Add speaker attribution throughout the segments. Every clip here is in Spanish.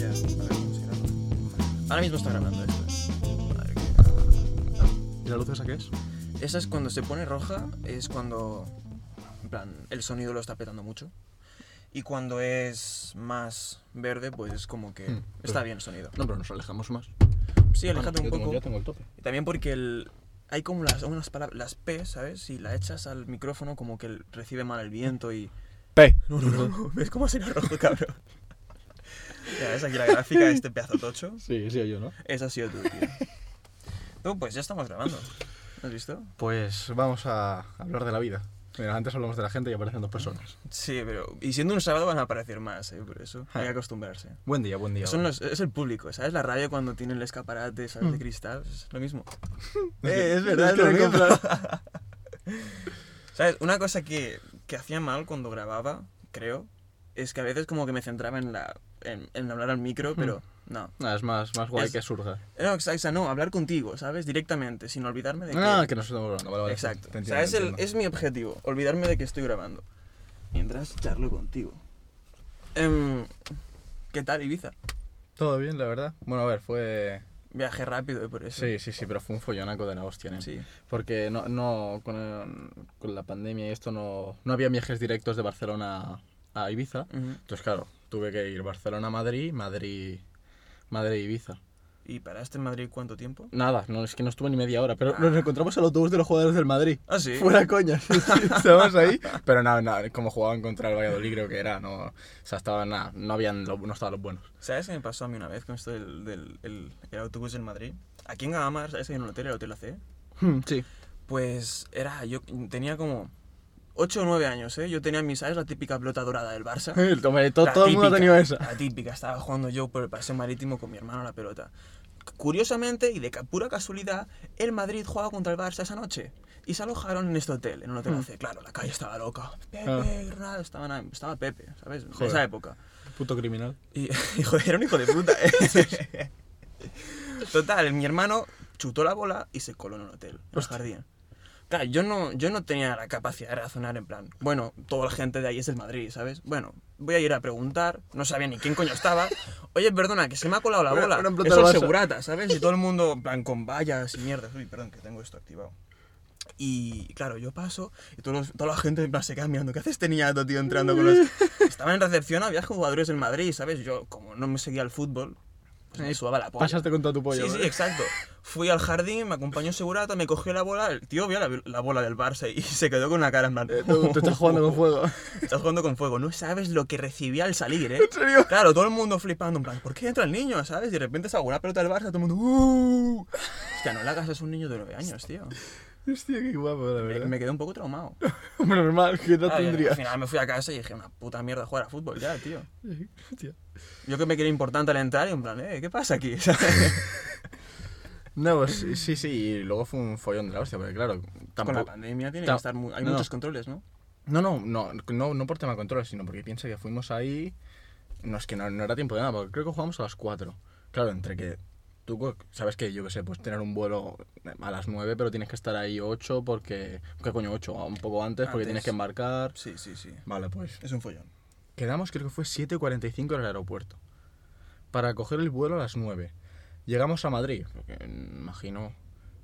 Speaker 1: ¿eh?
Speaker 2: Ahora mismo está grabando esto. Madre mía.
Speaker 1: ¿Y la luz esa qué es?
Speaker 2: Esa es cuando se pone roja, es cuando. En plan, el sonido lo está petando mucho. Y cuando es más verde, pues es como que
Speaker 1: Hmm,
Speaker 2: está
Speaker 1: pero-
Speaker 2: bien el sonido.
Speaker 1: No, pero nos alejamos más.
Speaker 2: Sí, aléjate un
Speaker 3: Yo tengo-
Speaker 2: poco.
Speaker 3: Yo tengo el tope.
Speaker 2: Y también porque el, hay como las, unas palabras, las P, ¿sabes? Si la echas al micrófono, como que el- recibe mal el viento y.
Speaker 1: P.
Speaker 2: No, no, no. ¿Ves cómo será rojo, cabrón? ya ves aquí la gráfica de este pedazo tocho.
Speaker 3: Sí, sí, yo, ¿no?
Speaker 2: Esa ha sido tu tío. Tú, pues ya estamos grabando. ¿Has visto?
Speaker 1: Pues vamos a hablar de la vida. Mira, antes hablamos de la gente y aparecen dos personas.
Speaker 2: Sí, pero. Y siendo un sábado van a aparecer más, ¿eh? Por eso. Hay que acostumbrarse.
Speaker 1: Buen día, buen día.
Speaker 2: Son los- es el público, ¿sabes? La radio cuando tiene el escaparate, ¿sabes? De cristal, es lo mismo. Mm. Eh, es
Speaker 1: que
Speaker 2: verdad, es lo
Speaker 1: lo
Speaker 2: mismo.
Speaker 1: compras.
Speaker 2: ¿Sabes? Una cosa que, que hacía mal cuando grababa, creo, es que a veces como que me centraba en, la, en, en hablar al micro, pero no.
Speaker 1: Nada, Ah, es más, más guay
Speaker 2: Es-
Speaker 1: que surja.
Speaker 2: No, exacto, no, hablar contigo, ¿sabes? Directamente, sin olvidarme de que...
Speaker 1: Ah, que nos estamos hablando. Vale, vale.
Speaker 2: exacto.
Speaker 1: Te
Speaker 2: o
Speaker 1: entiendo,
Speaker 2: sea, es,
Speaker 1: te
Speaker 2: el-
Speaker 1: entiendo.
Speaker 2: es mi objetivo, olvidarme de que estoy grabando. Mientras charlo contigo. Em, ¿Qué tal Ibiza?
Speaker 1: Todo bien, la verdad. Bueno, a ver, fue...
Speaker 2: Viaje rápido, ¿eh? por eso.
Speaker 1: Sí, sí, sí, pero fue un follonaco de la hostia, ¿eh?
Speaker 2: Sí.
Speaker 1: Porque no, no con, el- con la pandemia y esto no, no había viajes directos de Barcelona a Ibiza.
Speaker 2: Ujú.
Speaker 1: Entonces, claro, tuve que ir Barcelona-Madrid, Madrid... Madrid-Ibiza.
Speaker 2: ¿Y paraste en Madrid cuánto tiempo?
Speaker 1: Nada, no, es que no estuve ni media hora, pero
Speaker 2: Ah.
Speaker 1: nos encontramos al autobús de los jugadores del Madrid.
Speaker 2: Ah, sí.
Speaker 1: Fuera coña, sí, sí, estábamos ahí. Pero no, no, como jugaban contra el Valladolid creo que era, no, o sea, estaban, nada, no, habían lo- no estaban los buenos.
Speaker 2: ¿Sabes qué me pasó a mí una vez con esto del, del- el, el autobús en Madrid? Aquí en Gamamar, ¿sabes? Hay un hotel, el Hotel AC. Hmm,
Speaker 1: Sí.
Speaker 2: Pues era, yo tenía como 8 o 9 años, ¿eh? Yo tenía mis, ¿sabes? La típica pelota dorada del Barça.
Speaker 1: todo,
Speaker 2: La
Speaker 1: el mundo ha
Speaker 2: típica,
Speaker 1: tenido esa.
Speaker 2: La típica, estaba jugando yo por el paseo marítimo con mi hermano a la pelota. Curiosamente y de ca- pura casualidad, el Madrid jugaba contra el Barça esa noche. Y se alojaron en este hotel, en un hotel AC. Claro, la calle estaba loca. Pepe,
Speaker 1: Mm. Ah.
Speaker 2: Granada, estaban ahí- estaba Pepe, ¿sabes? De
Speaker 1: Joder.
Speaker 2: esa época.
Speaker 1: Puto criminal.
Speaker 2: Y, y, joder, era un hijo de puta, ¿eh? Total, mi hermano chutó la bola y se coló en un hotel, en el
Speaker 1: Hostia.
Speaker 2: jardín. Claro, yo no, yo no tenía la capacidad de razonar en plan, bueno, toda la gente de ahí es del Madrid, ¿sabes? Bueno, voy a ir a preguntar, no sabía ni quién coño estaba. Oye, perdona, que se me ha colado la
Speaker 1: Una-
Speaker 2: bola.
Speaker 1: una pelota
Speaker 2: Eso
Speaker 1: al
Speaker 2: es
Speaker 1: Barça.
Speaker 2: segurata, ¿sabes? Y todo el mundo, en plan, con vallas y mierdas. Uy, perdón, que tengo esto activado. Y claro, yo paso y todos los- toda la gente en plan, se queda mirando. ¿Qué hace este niñato, tío, entrando con los.? Estaba en recepción, había jugadores en Madrid, ¿sabes? Yo, como no me seguía el fútbol, pues me subaba la polla.
Speaker 1: Pasaste contra tu pollo.
Speaker 2: Sí, sí,
Speaker 1: ¿eh?
Speaker 2: exacto. Fui al jardín, me acompañó Segurata, me cogió la bola. El tío vio la, la bola del Barça y se quedó con la cara en plan.
Speaker 1: Eh, tú, tú estás jugando con fuego.
Speaker 2: Estás jugando con fuego. No sabes lo que recibía al salir, ¿eh?
Speaker 1: ¿En serio?
Speaker 2: Claro, todo el mundo flipando. En plan, ¿por qué entra el niño, sabes? Y de repente salgo una pelota del Barça, todo el mundo. ¡Uh! Hostia, no la hagas es un niño de 9 años, tío.
Speaker 1: Hostia, qué guapo, la
Speaker 2: Me,
Speaker 1: verdad.
Speaker 2: me quedé un poco traumado.
Speaker 1: Hombre, normal, ¿qué edad
Speaker 2: Claro, yo-
Speaker 1: tendrías?
Speaker 2: Al final me fui a casa y dije, una puta mierda jugar a fútbol ya, tío.
Speaker 1: Hostia.
Speaker 2: Yo que me quería importante al entrar y en plan, eh, ¿qué pasa aquí? ¿Sabes?
Speaker 1: No, pues sí, sí, sí, y luego fue un follón de la hostia, porque claro,
Speaker 2: Con la
Speaker 1: tampoco...
Speaker 2: pandemia tiene que
Speaker 1: Tam-
Speaker 2: estar... mu- hay
Speaker 1: no.
Speaker 2: muchos controles, ¿no?
Speaker 1: No, no, no, no, no por tema de control, sino porque piensa que fuimos ahí. No es que no, no era tiempo de nada, porque creo que jugamos a las 4. Claro, entre que tú, co- sabes que yo qué sé, pues tener un vuelo a las 9, pero tienes que estar ahí 8 porque. ¿Qué coño 8? Un poco antes, porque
Speaker 2: Antes.
Speaker 1: tienes que embarcar.
Speaker 2: Sí, sí, sí.
Speaker 1: Vale, pues.
Speaker 2: Es un follón.
Speaker 1: Quedamos, creo que fue 7.45 en el aeropuerto. Para coger el vuelo a las 9. Llegamos a Madrid. porque, mm, imagino.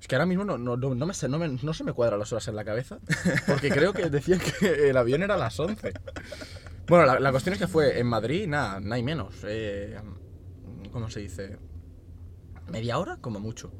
Speaker 1: Es que ahora mismo no, no, no, no me, sé- no, me- no se me cuadran las horas en la cabeza. Porque creo que decían que el avión era a las 11. Bueno, la, la cuestión es que fue en Madrid, nada, nada y menos. eh, ¿Cómo se dice? ¿Media hora? Como mucho.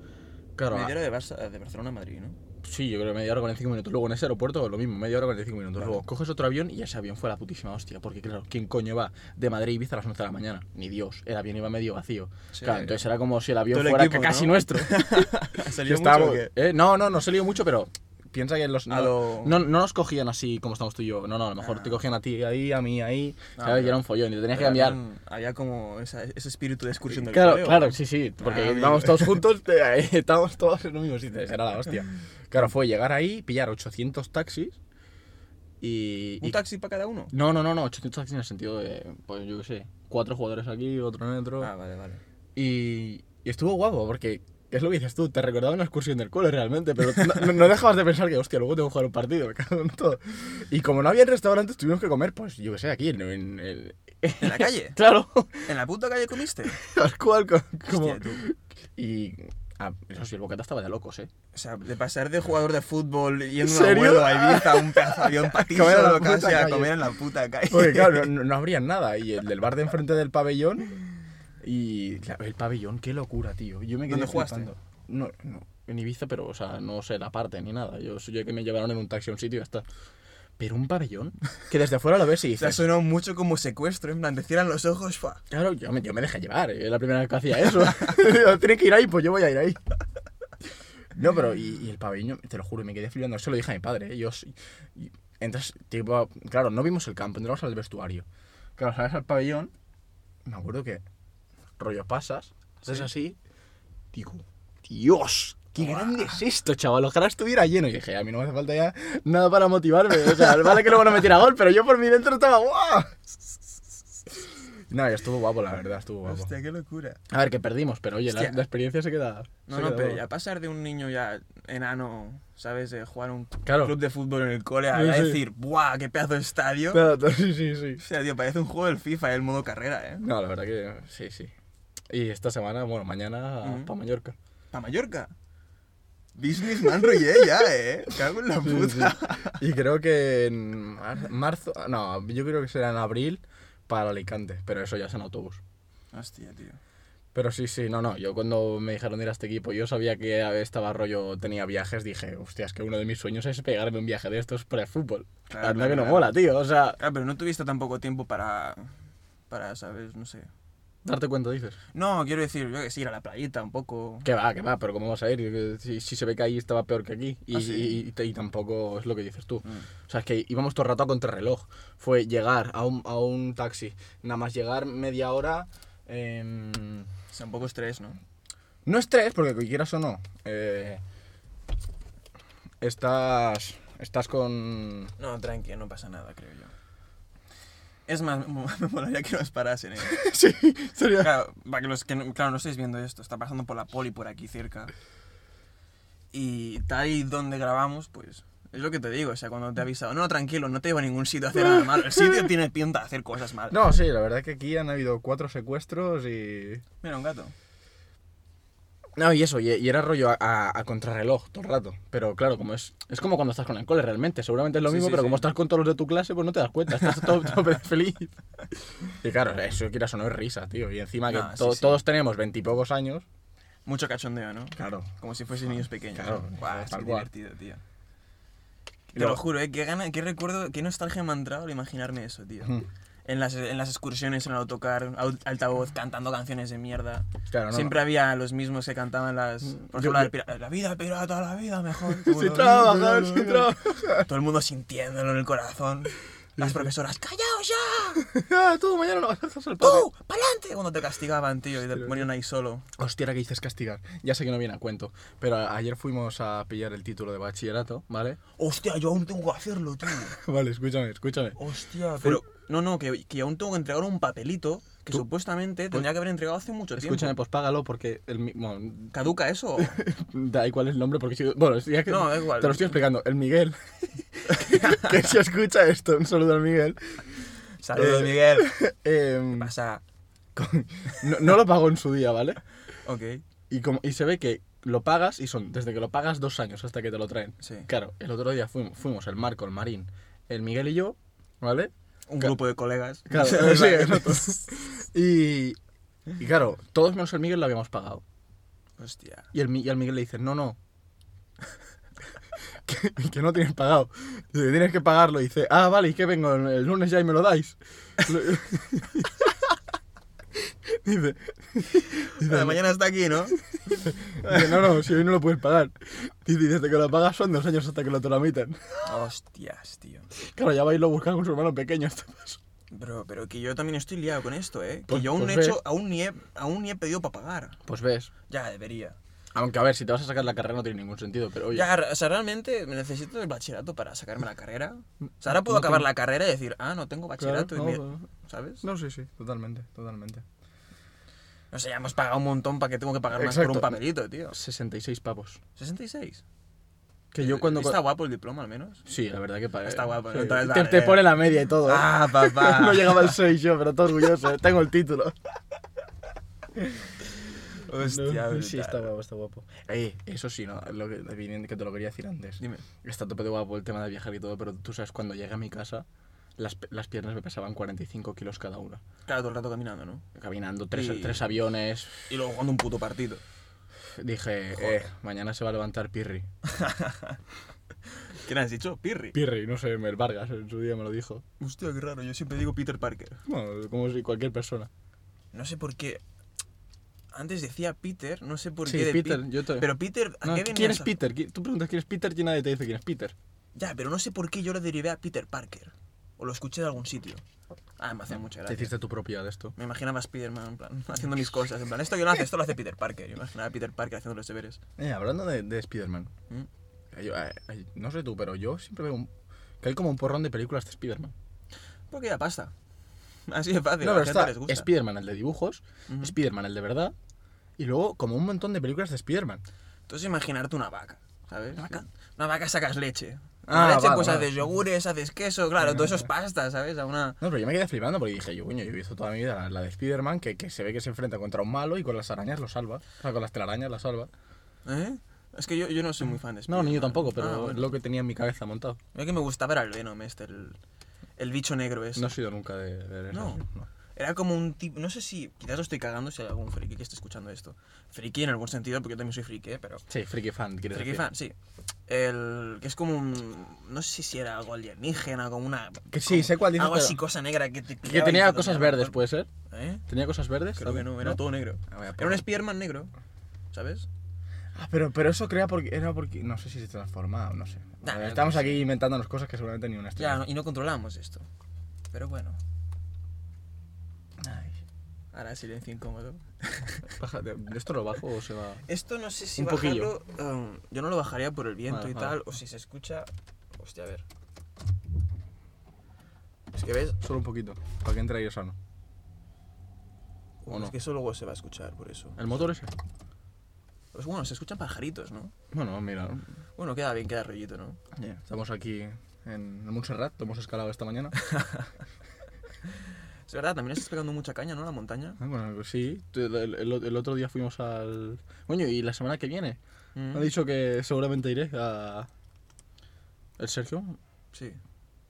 Speaker 1: Claro,
Speaker 2: Media
Speaker 1: a-
Speaker 2: hora de, Barça- de Barcelona a Madrid, ¿no?
Speaker 1: Sí, yo creo que media hora 45 minutos. Luego en ese aeropuerto lo mismo, media hora 45 minutos.
Speaker 2: Vale.
Speaker 1: Luego coges otro avión y ese avión fue la putísima hostia. Porque claro, ¿quién coño va de Madrid a Ibiza a las 11 de la mañana? Ni Dios, el avión iba medio vacío.
Speaker 2: Sí.
Speaker 1: Claro, entonces era como si el avión
Speaker 2: Todo el
Speaker 1: fuera
Speaker 2: equipo,
Speaker 1: ca- casi
Speaker 2: ¿no?
Speaker 1: nuestro.
Speaker 2: ¿Ha
Speaker 1: Estábamos- eh, no, no, no se lió mucho, pero piensa que los,
Speaker 2: A
Speaker 1: no,
Speaker 2: lo-
Speaker 1: no, no nos cogían así como estamos tú y yo. No, no, a lo mejor
Speaker 2: Ah.
Speaker 1: te cogían a ti ahí, a mí ahí.
Speaker 2: Ah,
Speaker 1: ¿sabes?
Speaker 2: pero-
Speaker 1: Y era un follón y te tenías que
Speaker 2: Pero
Speaker 1: cambiar.
Speaker 2: también Había como esa- ese espíritu de excursión del
Speaker 1: Claro,
Speaker 2: cole, ¿o?
Speaker 1: claro, sí, sí, porque
Speaker 2: Ah,
Speaker 1: íbamos
Speaker 2: amigo.
Speaker 1: todos juntos, eh, estábamos todos en los mismos sitios, era la hostia. Claro, fue llegar ahí, pillar 800 taxis y... y-
Speaker 2: ¿Un taxi para cada uno?
Speaker 1: No, no, no, no, 800 taxis en el sentido de, pues yo qué sé, cuatro jugadores aquí, otro en otro.
Speaker 2: Ah, vale, vale.
Speaker 1: Y, y estuvo guapo, porque es lo que dices tú, te recordaba una excursión del cole realmente, pero no, no- no dejabas de pensar que, hostia, luego tengo que jugar un partido, me cago en todo. Y como no había restaurantes, tuvimos que comer, pues yo qué sé, aquí en, en el...
Speaker 2: ¿En la calle?
Speaker 1: Claro,
Speaker 2: ¿En la puta calle comiste?
Speaker 1: tal cual, co- como...
Speaker 2: Hostia, tú.
Speaker 1: Y. ah, eso sí, el bocata estaba de locos, ¿eh?
Speaker 2: O sea, de pasar de jugador de fútbol y en un
Speaker 1: serio?
Speaker 2: abuelo a Ibiza, un pedazo de avión patiso,
Speaker 1: Comer en la
Speaker 2: lo que
Speaker 1: puta
Speaker 2: sea, a
Speaker 1: calle.
Speaker 2: comer en la puta calle.
Speaker 1: Porque claro, no, no abrían nada. Y el del bar de enfrente del pabellón. Y. claro, el pabellón, qué locura, tío. Yo me quedé
Speaker 2: ¿Dónde jugaste?
Speaker 1: flipando. No, no, en Ibiza, pero, o sea, no sé la parte ni nada. Yo soy yo que me llevaron en un taxi a un sitio y ya está. Pero un pabellón que desde afuera lo ves y
Speaker 2: O sea,
Speaker 1: dices.
Speaker 2: sonó mucho como secuestro, en plan, te cierran los ojos, fa.
Speaker 1: Claro, yo me, yo me dejé llevar, es la primera vez que hacía eso. Digo, Tiene que ir ahí, pues yo voy a ir ahí. No, pero y, y el pabellón, te lo juro, me quedé flipando. Eso lo dije a mi padre. ¿eh? Yo, s- y- entras, tipo, claro, no vimos el campo, entramos al vestuario. Claro, sales al pabellón, me acuerdo que rollo pasas, haces así, digo, Dios, qué grande es esto, chaval. Ojalá estuviera lleno. Y dije, a mí no me hace falta ya nada para motivarme. O sea, vale que lo van a meter a gol, pero yo por mi dentro estaba guau. No, y estuvo guapo, la verdad, estuvo guapo.
Speaker 2: Hostia, qué locura.
Speaker 1: A ver, que perdimos, pero oye, la,
Speaker 2: Hostia.
Speaker 1: la experiencia se queda.
Speaker 2: No,
Speaker 1: se
Speaker 2: no,
Speaker 1: queda
Speaker 2: pero
Speaker 1: guapa.
Speaker 2: ya pasar de un niño ya enano, ¿sabes? De jugar un
Speaker 1: Claro.
Speaker 2: club de fútbol en el cole a
Speaker 1: Sí, sí.
Speaker 2: decir, ¡buah, qué pedazo de estadio!
Speaker 1: Claro, to- sí, sí, sí.
Speaker 2: O sea, tío, parece un juego del FIFA, el modo carrera, ¿eh?
Speaker 1: No, la verdad que sí, sí. Y esta semana, bueno, mañana
Speaker 2: Ujú.
Speaker 1: para Mallorca.
Speaker 2: Pa' Mallorca. Businessman Roger ya, ¿eh? Cago en la
Speaker 1: Sí,
Speaker 2: puta.
Speaker 1: sí. Y creo que en mar- marzo. No, yo creo que será en abril para Alicante, pero eso ya es en autobús.
Speaker 2: Hostia, tío.
Speaker 1: Pero sí, sí, no, no. Yo cuando me dijeron de ir a este equipo, yo sabía que estaba rollo, tenía viajes, dije, hostia, es que uno de mis sueños es pegarme un viaje de estos pre-fútbol. la verdad
Speaker 2: Claro,
Speaker 1: que
Speaker 2: Ah, claro,
Speaker 1: no
Speaker 2: claro.
Speaker 1: mola, tío. O sea,
Speaker 2: Ah, pero no tuviste tampoco tiempo para. para, ¿sabes? No sé.
Speaker 1: darte cuenta, dices.
Speaker 2: No, quiero decir, yo que sí, ir a la playita un poco.
Speaker 1: Que va, que va, pero ¿cómo vas a ir? Si, si se ve que ahí estaba peor que aquí. Y,
Speaker 2: Ah, sí.
Speaker 1: y- y- y tampoco es lo que dices tú.
Speaker 2: Mm.
Speaker 1: O sea, es que íbamos todo el rato a contrarreloj. Fue llegar a un, a un taxi, nada más llegar media hora. em,
Speaker 2: O sea, un poco estrés, ¿no?
Speaker 1: no estrés, porque quieras o no. eh, estás. Estás con.
Speaker 2: No, tranqui, no pasa nada, creo yo. Es más, me me molaría que nos parasen, ¿eh?
Speaker 1: sí, sería.
Speaker 2: Claro, para que los que no, claro, no estáis viendo esto, está pasando por la poli por aquí cerca. Y tal ahí donde grabamos, pues es lo que te digo, o sea, cuando te he avisado, no, tranquilo, no te llevo a ningún sitio a hacer nada malo. El sitio tiene pinta de hacer cosas malas.
Speaker 1: No, sí, la verdad es que aquí han habido cuatro secuestros y.
Speaker 2: Mira, un gato.
Speaker 1: No, y eso, y, y era rollo a, a- a contrarreloj todo el rato. Pero claro, como es, es como cuando estás con el cole realmente, seguramente es lo
Speaker 2: Sí,
Speaker 1: mismo,
Speaker 2: sí,
Speaker 1: pero como
Speaker 2: sí.
Speaker 1: estás con todos los de tu clase, pues no te das cuenta, estás todo, todo feliz. Y claro, eso quieras o no es risa, tío. Y encima que
Speaker 2: No, sí,
Speaker 1: to-
Speaker 2: sí.
Speaker 1: todos tenemos veintipocos años.
Speaker 2: Mucho cachondeo, ¿no?
Speaker 1: Claro.
Speaker 2: Como si fuesen niños pequeños.
Speaker 1: Claro,
Speaker 2: ¿no? Buah, es
Speaker 1: tal
Speaker 2: que
Speaker 1: cual.
Speaker 2: divertido, tío.
Speaker 1: Y
Speaker 2: Te
Speaker 1: luego-
Speaker 2: lo juro, ¿eh? Qué, gana, qué recuerdo, qué nostalgia me ha entrado al imaginarme eso, tío.
Speaker 1: Mm.
Speaker 2: En las, en las excursiones, en el autocar, au- altavoz, cantando canciones de mierda.
Speaker 1: Claro, no.
Speaker 2: Siempre había los mismos que cantaban las.
Speaker 1: Yo-
Speaker 2: Por ejemplo, la,
Speaker 1: yo-
Speaker 2: del pirata, la vida pirata, la vida mejor.
Speaker 1: Sin trabajar, sin
Speaker 2: Todo el mundo sintiéndolo en el corazón. Las profesoras, ¡callaos ya!
Speaker 1: trabajar. Ah, Tú mañana lo vas a hacer al padre.
Speaker 2: ¡Tú! ¡Pa'lante! Cuando te castigaban, tío, y te ponían ahí solo.
Speaker 1: Hostia, ahora que dices castigar. Ya sé que no viene a cuento, pero a- ayer fuimos a pillar el título de bachillerato, ¿vale?
Speaker 2: ¡Hostia, yo aún tengo que hacerlo, tío!
Speaker 1: Vale, escúchame, escúchame.
Speaker 2: ¡Hostia!
Speaker 1: Fui-
Speaker 2: Pero. No, no, que, que aún tengo que entregar un papelito que
Speaker 1: Tú-
Speaker 2: supuestamente tendría que haber entregado hace mucho tiempo.
Speaker 1: Escúchame, pues págalo porque el mi- bueno,
Speaker 2: ¿Caduca eso?
Speaker 1: Da igual el nombre porque si- Bueno, ya que
Speaker 2: No, da igual.
Speaker 1: te lo estoy explicando. El Miguel. que si escucha esto, un saludo al Miguel. Eh,
Speaker 2: Saludos, Miguel.
Speaker 1: em,
Speaker 2: Pasa.
Speaker 1: con- no, no lo pagó en su día, ¿vale?
Speaker 2: Ok,
Speaker 1: Y, como, y se ve que lo pagas y son desde que lo pagas dos años hasta que te lo traen.
Speaker 2: sí.
Speaker 1: Claro, el otro día fuimos, fuimos el Marco, el Marín, el Miguel y yo, ¿vale?
Speaker 2: Un
Speaker 1: Ca-
Speaker 2: grupo de colegas.
Speaker 1: Claro, sí, exacto. Y, y claro, todos menos el Miguel lo habíamos pagado.
Speaker 2: Hostia.
Speaker 1: Y, el, Mi- y al Miguel le dicen, no, no. que, que no tienes pagado. Dice, tienes que pagarlo. Y dice, ah, vale, ¿y qué vengo? El, el lunes ya y me lo dais. dice,
Speaker 2: Ah, La mañana está aquí, ¿no?
Speaker 1: dice, no, no, si hoy no lo puedes pagar. Dice, y desde que lo pagas son dos años hasta que lo tramitan.
Speaker 2: Hostias, tío.
Speaker 1: Claro, ya va a irlo a buscar con su hermano pequeño. este paso.
Speaker 2: Bro, pero que yo también estoy liado con esto, ¿eh? Que
Speaker 1: Pues-
Speaker 2: yo aún,
Speaker 1: pues
Speaker 2: he
Speaker 1: ve.
Speaker 2: hecho, aún, ni he, aún ni he pedido para pagar.
Speaker 1: Pues ves.
Speaker 2: Ya, debería.
Speaker 1: Aunque a ver, si te vas a sacar la carrera no tiene ningún sentido, pero oye.
Speaker 2: Ya, o sea, realmente necesito el bachillerato para sacarme la carrera. O sea, ahora puedo
Speaker 1: No
Speaker 2: acabar
Speaker 1: tengo-
Speaker 2: la carrera y decir, ah, no tengo
Speaker 1: Claro,
Speaker 2: bachillerato.
Speaker 1: no,
Speaker 2: y me-
Speaker 1: no.
Speaker 2: ¿Sabes?
Speaker 1: no, sí, sí, totalmente, totalmente.
Speaker 2: O sea, ya hemos pagado un montón para que tengo que pagar más por
Speaker 1: Exacto.
Speaker 2: un papelito, tío.
Speaker 1: 66 pavos. Eh,
Speaker 2: 66.
Speaker 1: Que yo cuando...
Speaker 2: Eh, Está guapo el diploma, al menos.
Speaker 1: Sí, la verdad que para.
Speaker 2: Está guapo,
Speaker 1: sí.
Speaker 2: entonces
Speaker 1: te,
Speaker 2: dale.
Speaker 1: te pone la media y todo. ¿eh?
Speaker 2: Ah, papá.
Speaker 1: no llegaba al 6 yo, pero todo orgulloso. ¿eh? Tengo el título.
Speaker 2: Hostia,
Speaker 1: No, sí,
Speaker 2: brutal.
Speaker 1: está guapo, está guapo. Eh, eso sí, no, lo que, viniendo- que te lo quería decir antes.
Speaker 2: Dime.
Speaker 1: Está a tope de guapo el tema de viajar y todo, pero tú sabes, cuando llegué a mi casa, las, pe- las piernas me pesaban 45 kilos cada una.
Speaker 2: Claro, todo el rato caminando, ¿no?
Speaker 1: Caminando, tres,
Speaker 2: Y-
Speaker 1: tres aviones.
Speaker 2: Y luego jugando un puto partido.
Speaker 1: Dije, eh, mañana se va a levantar Pirri.
Speaker 2: ¿Quién has dicho? Pirri.
Speaker 1: Pirri, no sé, Mel Vargas en su día me lo dijo.
Speaker 2: Hostia, qué raro. Yo siempre digo Peter Parker.
Speaker 1: Bueno, como si cualquier persona.
Speaker 2: No sé por qué. Antes decía Peter, no sé por
Speaker 1: Sí,
Speaker 2: qué. de
Speaker 1: Peter,
Speaker 2: Pi-
Speaker 1: yo te-
Speaker 2: Pero Peter, ¿a
Speaker 1: No,
Speaker 2: qué venía
Speaker 1: ¿Quién es
Speaker 2: esa-
Speaker 1: Peter? ¿Qui- Tú preguntas quién es Peter y nadie te dice quién es Peter.
Speaker 2: Ya, pero no sé por qué yo lo derivé a Peter Parker. O lo escuché de algún sitio. Ah, me hace
Speaker 1: Te
Speaker 2: mucha gracia.
Speaker 1: hiciste tu propia de esto.
Speaker 2: Me imaginaba a Spider-Man en plan, haciendo mis cosas. En plan, esto que no hace, esto lo hace Peter Parker. Yo imaginaba a Peter Parker haciendo los deberes.
Speaker 1: Eh, hablando de, de Spider-Man.
Speaker 2: ¿Mm?
Speaker 1: Yo, eh, eh, no sé tú, pero yo siempre veo un- que hay como un porrón de películas de Spider-Man.
Speaker 2: Porque ya pasta. Así de fácil.
Speaker 1: No,
Speaker 2: a la
Speaker 1: pero
Speaker 2: gente
Speaker 1: está
Speaker 2: les gusta.
Speaker 1: Spider-Man, el de dibujos,
Speaker 2: Ujú.
Speaker 1: Spider-Man, el de verdad, y luego como un montón de películas de Spider-Man.
Speaker 2: Entonces imaginarte una vaca, ¿sabes?
Speaker 1: ¿Una vaca?
Speaker 2: Una vaca sacas leche.
Speaker 1: Ah,
Speaker 2: Ah, leche
Speaker 1: vale,
Speaker 2: pues
Speaker 1: vale.
Speaker 2: haces yogures, haces queso, claro, todo eso es pasta, ¿sabes? A una...
Speaker 1: No, pero yo me quedé flipando porque dije, yo, coño, yo he visto toda mi vida la, la de Spider-Man, que, que se ve que se enfrenta contra un malo y con las arañas lo salva. O sea, con las telarañas la salva.
Speaker 2: ¿Eh? Es que yo, yo no soy muy fan
Speaker 1: No,
Speaker 2: de Spider-Man.
Speaker 1: ni yo tampoco, pero
Speaker 2: Ah,
Speaker 1: es
Speaker 2: bueno.
Speaker 1: lo que tenía en mi cabeza montado.
Speaker 2: A mí que me gustaba era el Venom este, el, el bicho negro ese.
Speaker 1: No he sido nunca de... de- de-
Speaker 2: No. Era como un tipo, no sé si, quizás lo estoy cagando si hay algún friki que esté escuchando esto. Friki en algún sentido, porque yo también soy friki, ¿eh? pero...
Speaker 1: Sí, friki fan, quieres
Speaker 2: Friki
Speaker 1: decir.
Speaker 2: fan, sí. El, que es como un... No sé si era algo alienígena, como una...
Speaker 1: Que sí,
Speaker 2: como
Speaker 1: sé cuál dices,
Speaker 2: Algo
Speaker 1: pero-
Speaker 2: así, cosa negra que te...
Speaker 1: Que
Speaker 2: pillaba y
Speaker 1: tenía
Speaker 2: te
Speaker 1: cosas
Speaker 2: dominaba el
Speaker 1: verdes, pues.
Speaker 2: cuerpo.
Speaker 1: ¿puede ser?
Speaker 2: ¿Eh?
Speaker 1: ¿Tenía cosas verdes?
Speaker 2: Creo que
Speaker 1: también?
Speaker 2: no, era todo negro.
Speaker 1: Ah, voy a
Speaker 2: Era un
Speaker 1: probar.
Speaker 2: Spiderman negro, ¿sabes?
Speaker 1: Ah, pero, pero eso crea porque, era porque... No sé si se transformaba, no sé.
Speaker 2: Nah,
Speaker 1: Bueno,
Speaker 2: yo
Speaker 1: Estamos
Speaker 2: qué
Speaker 1: aquí inventándonos cosas que seguramente ni una
Speaker 2: Ya,
Speaker 1: estrella.
Speaker 2: no- y no controlábamos esto. Pero bueno,
Speaker 1: Ay,
Speaker 2: ahora silencio incómodo.
Speaker 1: bájate. ¿Esto lo bajo o se va...?
Speaker 2: Esto no sé si
Speaker 1: Un
Speaker 2: bajarlo... em, yo no lo bajaría por el viento
Speaker 1: Vale,
Speaker 2: y
Speaker 1: vale.
Speaker 2: tal, o si se escucha... Hostia, a ver. Es que ves,
Speaker 1: Solo un poquito, para que entre aire sano. ¿O
Speaker 2: es
Speaker 1: no?
Speaker 2: que eso luego se va a escuchar, por eso.
Speaker 1: ¿El motor ese?
Speaker 2: Pues bueno, se escuchan pajaritos, ¿no?
Speaker 1: Bueno, mira.
Speaker 2: Bueno, queda bien, queda rollito, ¿no?
Speaker 1: Estamos aquí en Montserrat, lo hemos escalado esta mañana.
Speaker 2: Es verdad, también estás pegando mucha caña, ¿no? A La montaña.
Speaker 1: Ah, bueno, sí, tú- el, el- el otro día fuimos al... Coño, y la semana que viene. Me
Speaker 2: Mm,
Speaker 1: ha dicho que seguramente iré a... ¿El Sergio?
Speaker 2: Sí.